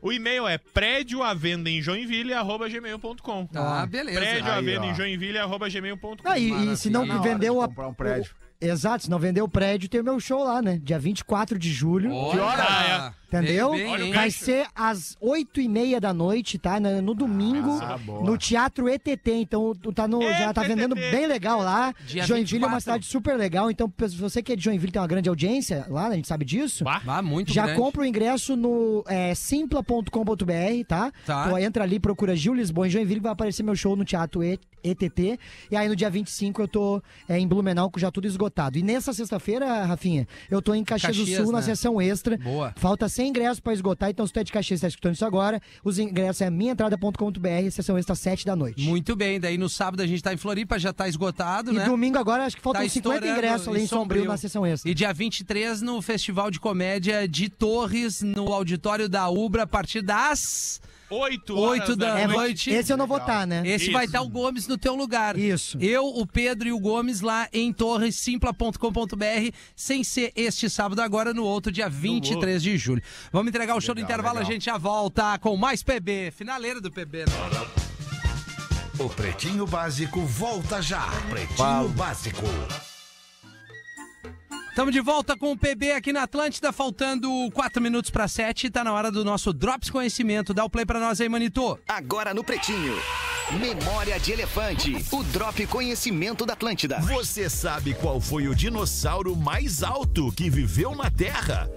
S4: O e-mail é prédio à venda em Joinville, arroba gmail.com.
S3: Ah, beleza.
S4: Prédio à
S5: Aí,
S4: venda
S5: ó.
S4: em Joinville, arroba gmail.com.
S6: Ah, e- e,
S3: Maravilha.
S6: se não
S3: Na hora
S6: vendeu
S5: de
S6: a-
S5: comprar um prédio.
S6: o- exato, se não vendeu o prédio, tem o meu show lá, né? Dia 24 de julho.
S3: Olha, é.
S4: hora?
S6: Entendeu?
S3: Bem, bem, hein?
S6: Vai ser às oito e meia da noite, tá? No, no domingo,
S3: é
S5: Ah, boa.
S6: no Teatro ETT. Então, tu tá no, já tá
S4: ETT.
S6: vendendo bem legal lá.
S3: Dia
S6: Joinville é
S3: 24.
S6: uma cidade super legal. Então, se você que é de Joinville tem uma grande audiência lá, né? a gente sabe disso.
S4: Bah.
S3: Ah, muito
S6: Já
S3: grande.
S6: compra o ingresso no é, simpla.com.br, tá?
S3: Tá.
S6: Então entra ali, procura Gil Lisboa em Joinville, vai aparecer meu show no Teatro E- ETT. E aí no dia 25 eu tô é, em Blumenau, com já tudo esgotado. E nessa sexta-feira, Rafinha, eu tô em Caxias,
S3: Caxias,
S6: do Sul, na
S3: né?
S6: sessão extra.
S3: Boa.
S6: Falta 100 ingressos pra esgotar, então se tu é de Caxias e tá escutando isso agora, os ingressos é minhaentrada.com.br, sessão extra 7 da noite.
S3: Muito bem, daí no sábado a gente tá em Floripa, já tá esgotado,
S6: E
S3: né?
S6: domingo agora, acho que faltam
S3: Tá
S6: 50
S3: estourando
S6: ingressos ali
S3: em
S6: em Sombrio,
S3: Sombrio.
S6: na sessão extra.
S3: E dia 23 no Festival de Comédia de Torres, no auditório da Ubra, a partir das
S4: 8
S3: 8 da
S6: É, vou-
S3: noite.
S6: esse eu não vou
S5: Legal.
S6: estar, né?
S3: Esse
S4: Isso.
S3: vai estar o Gomes no teu lugar.
S6: Isso.
S3: Eu, o Pedro e o Gomes lá em torresimpla.com.br, sem ser este sábado agora, no outro dia 23 de julho. Vamos entregar o show do intervalo, a gente já volta com mais PB, finaleira do PB. Né?
S7: O Pretinho Básico volta já. Pretinho Básico.
S3: Estamos de volta com o PB aqui na Atlântida, faltando 4 minutos para 7, tá na hora do nosso Drops Conhecimento. Dá o play para nós aí, Manito.
S1: Agora no Pretinho. Memória de Elefante, o Drop Conhecimento da Atlântida.
S7: Você sabe qual foi o dinossauro mais alto que viveu na Terra?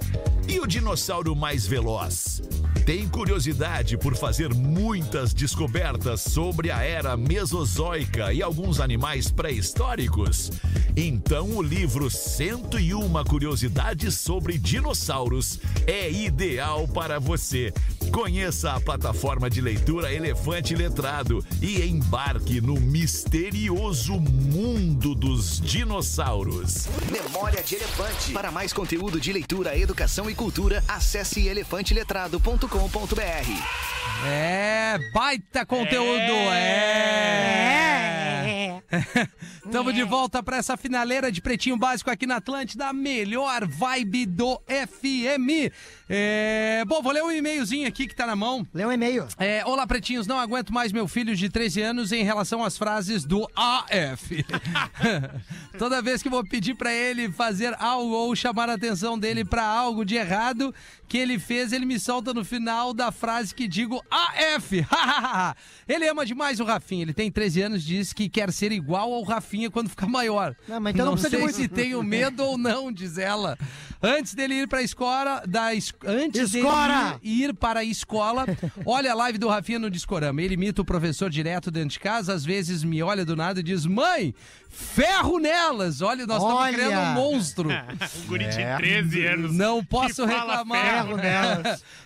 S7: E o dinossauro mais veloz? Tem curiosidade por fazer muitas descobertas sobre a era mesozoica e alguns animais pré-históricos? Então o livro 101 Curiosidades sobre Dinossauros é ideal para você. Conheça a plataforma de leitura Elefante Letrado e embarque no misterioso mundo dos dinossauros.
S1: Memória de Elefante. Para mais conteúdo de leitura, educação e cultura, acesse elefanteletrado.com.br.
S3: É, baita conteúdo, é. Tamo de volta pra essa finaleira de Pretinho Básico aqui na Atlântida, a melhor vibe do FM. É, bom, vou ler um e-mailzinho aqui que tá na mão.
S6: Lê um e-mail.
S3: É, Olá, pretinhos, não aguento mais meu filho de 13 anos em relação às frases do AF. Toda vez que vou pedir pra ele fazer algo ou chamar a atenção dele pra algo de errado que ele fez, ele me solta no final da frase que digo AF. ele ama demais o Rafinha, ele tem 13 anos, diz que quer ser igual ao Rafinha quando ficar maior.
S6: Ah, mas então não precisa de
S3: sei
S6: muito.
S3: se tenho medo ou não, diz ela. Antes dele ir pra escola, da es... antes dele
S6: Escora!
S3: ir, ir para a escola, olha a live do Rafinha no Discorama. Ele imita o professor direto dentro de casa, às vezes me olha do nada e diz: "Mãe, ferro nelas". Olha, nós estamos
S6: Olha!
S3: criando um monstro.
S4: Um guri
S5: É.
S4: de 13 anos.
S3: Não posso
S4: fala
S3: reclamar.
S4: ferro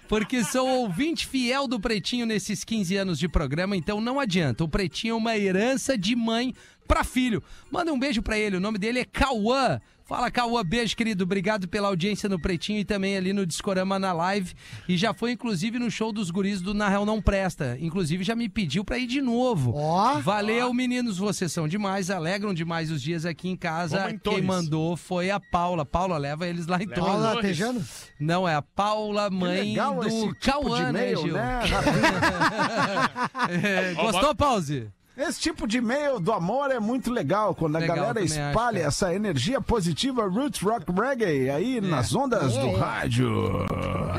S3: Porque sou ouvinte fiel do Pretinho nesses 15 anos de programa, então não adianta. O Pretinho é uma herança de mãe pra filho. Manda um beijo pra ele, o nome dele é Cauã. Fala, Cauã, beijo, querido. Obrigado pela audiência no Pretinho e também ali no Discorama na live. E já foi, inclusive, no show dos guris do Na Real Não Presta. Inclusive, já me pediu pra ir de novo.
S6: Ó.
S3: Valeu, meninos. Vocês são demais, alegram demais os dias aqui em casa.
S4: Vamos em
S3: Quem
S4: Torres.
S3: mandou foi a Paula. Paula, leva eles lá em Torres.
S6: Paula
S4: dois.
S6: Tejano?
S3: Não, é a Paula, mãe
S5: legal esse
S3: do
S5: tipo
S3: Cauã,
S5: de
S3: né,
S5: e-mail,
S3: Gil?
S5: né,
S3: É,
S4: Ó,
S3: gostou,
S4: bota-
S3: Pause?
S5: Esse tipo de e-mail do amor é muito legal, quando a
S3: Legal,
S5: galera
S3: também acho,
S5: espalha
S3: cara. É.
S5: essa energia positiva roots rock reggae aí nas ondas do rádio.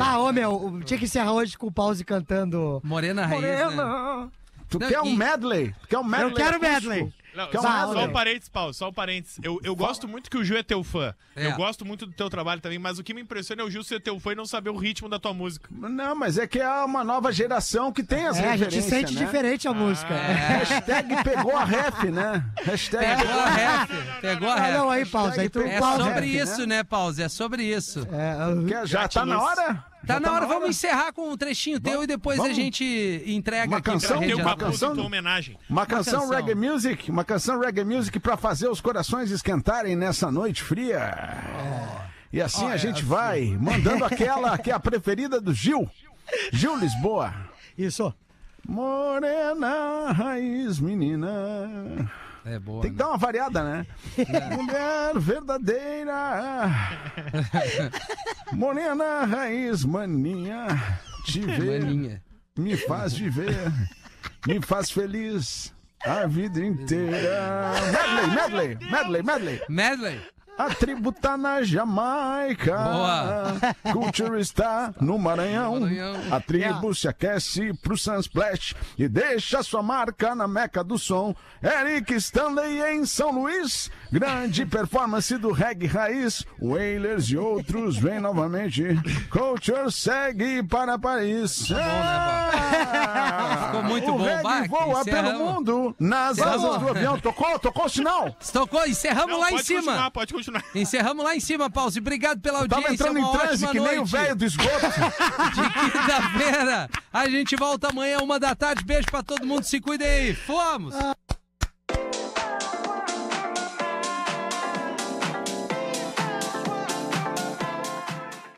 S6: Ah, ô meu, o- tinha que encerrar hoje com o Pause cantando.
S3: Morena Raiz, né?
S5: Tu
S3: Não,
S5: quer um
S3: e-
S5: medley? Tu quer um medley?
S6: Eu quero
S5: acústico?
S6: medley.
S4: Não,
S5: Quer um
S4: só,
S5: medley?
S4: só um parênteses, Paulo, só um parênteses. Eu, eu gosto muito que o Gil é teu fã.
S3: É.
S4: Eu gosto muito do teu trabalho também, mas o que me impressiona é o Gil ser teu fã e não saber o ritmo da tua música.
S5: Não, mas é que é uma nova geração que tem as
S6: É, a
S5: referências,
S6: gente sente
S5: né?
S6: diferente a música.
S3: é.
S5: Hashtag pegou a ref, né? Hashtag
S3: Pegou a ref, pegou a
S6: Ah, não,
S3: ref.
S6: aí, Pause. Aí tu
S5: É
S3: É
S6: Pause.
S3: sobre
S5: né?
S3: isso, né, Pause? É sobre isso.
S6: É,
S5: Quer- Já
S4: Já
S5: tá
S4: te
S5: na
S4: luz.
S5: hora?
S3: Tá
S5: Já
S3: na hora, vamos encerrar com um trechinho teu e depois a
S5: vamos.
S3: gente entrega
S5: Uma
S3: aqui pra
S5: canção,
S3: rede
S4: Teu
S5: uma
S3: atual.
S4: capuz e
S5: canção?
S4: tua homenagem.
S5: Uma canção,
S3: canção.
S5: reggae music, uma canção reggae music pra fazer os corações esquentarem nessa noite fria. E assim a gente vai mandando aquela que é a preferida do Gil. Gil Lisboa.
S6: isso.
S5: Morena, raiz menina.
S3: É boa.
S5: Tem que
S3: né?
S5: dar uma variada, né? Mulher verdadeira. Morena, raiz mania. te ver.
S3: Maninha.
S5: Me faz viver. me faz feliz. A vida inteira. Medley, medley, medley, medley.
S3: Medley.
S5: A tribo tá na Jamaica.
S3: Boa.
S5: Culture está no Maranhão.
S3: Maranhão.
S5: A tribo se aquece pro Sunsplash e deixa sua marca na Meca do Som. Eric Stanley em São Luís. Grande performance do reggae raiz. Wailers e outros vêm novamente. Culture segue para Paris.
S3: né,
S5: Ah,
S3: Ficou muito
S5: o
S3: bom, é
S5: reggae
S3: Bac,
S5: voa pelo
S3: encerramos.
S5: mundo. Nas
S3: é um-
S5: asas do avião. Tocou? Tocou o sinal?
S3: Estocou, encerramos
S4: Não,
S3: lá em
S4: pode
S3: cima.
S4: continuar, pode continuar.
S3: Encerramos lá em cima, Pause. Obrigado pela
S5: Tava
S3: audiência.
S5: entrando
S3: uma
S5: em transe
S3: ótima
S5: que nem o
S3: noite.
S5: velho do esgoto.
S3: De quinta-feira. A gente volta amanhã, uma da tarde. Beijo pra todo mundo. Se cuida aí. Fomos!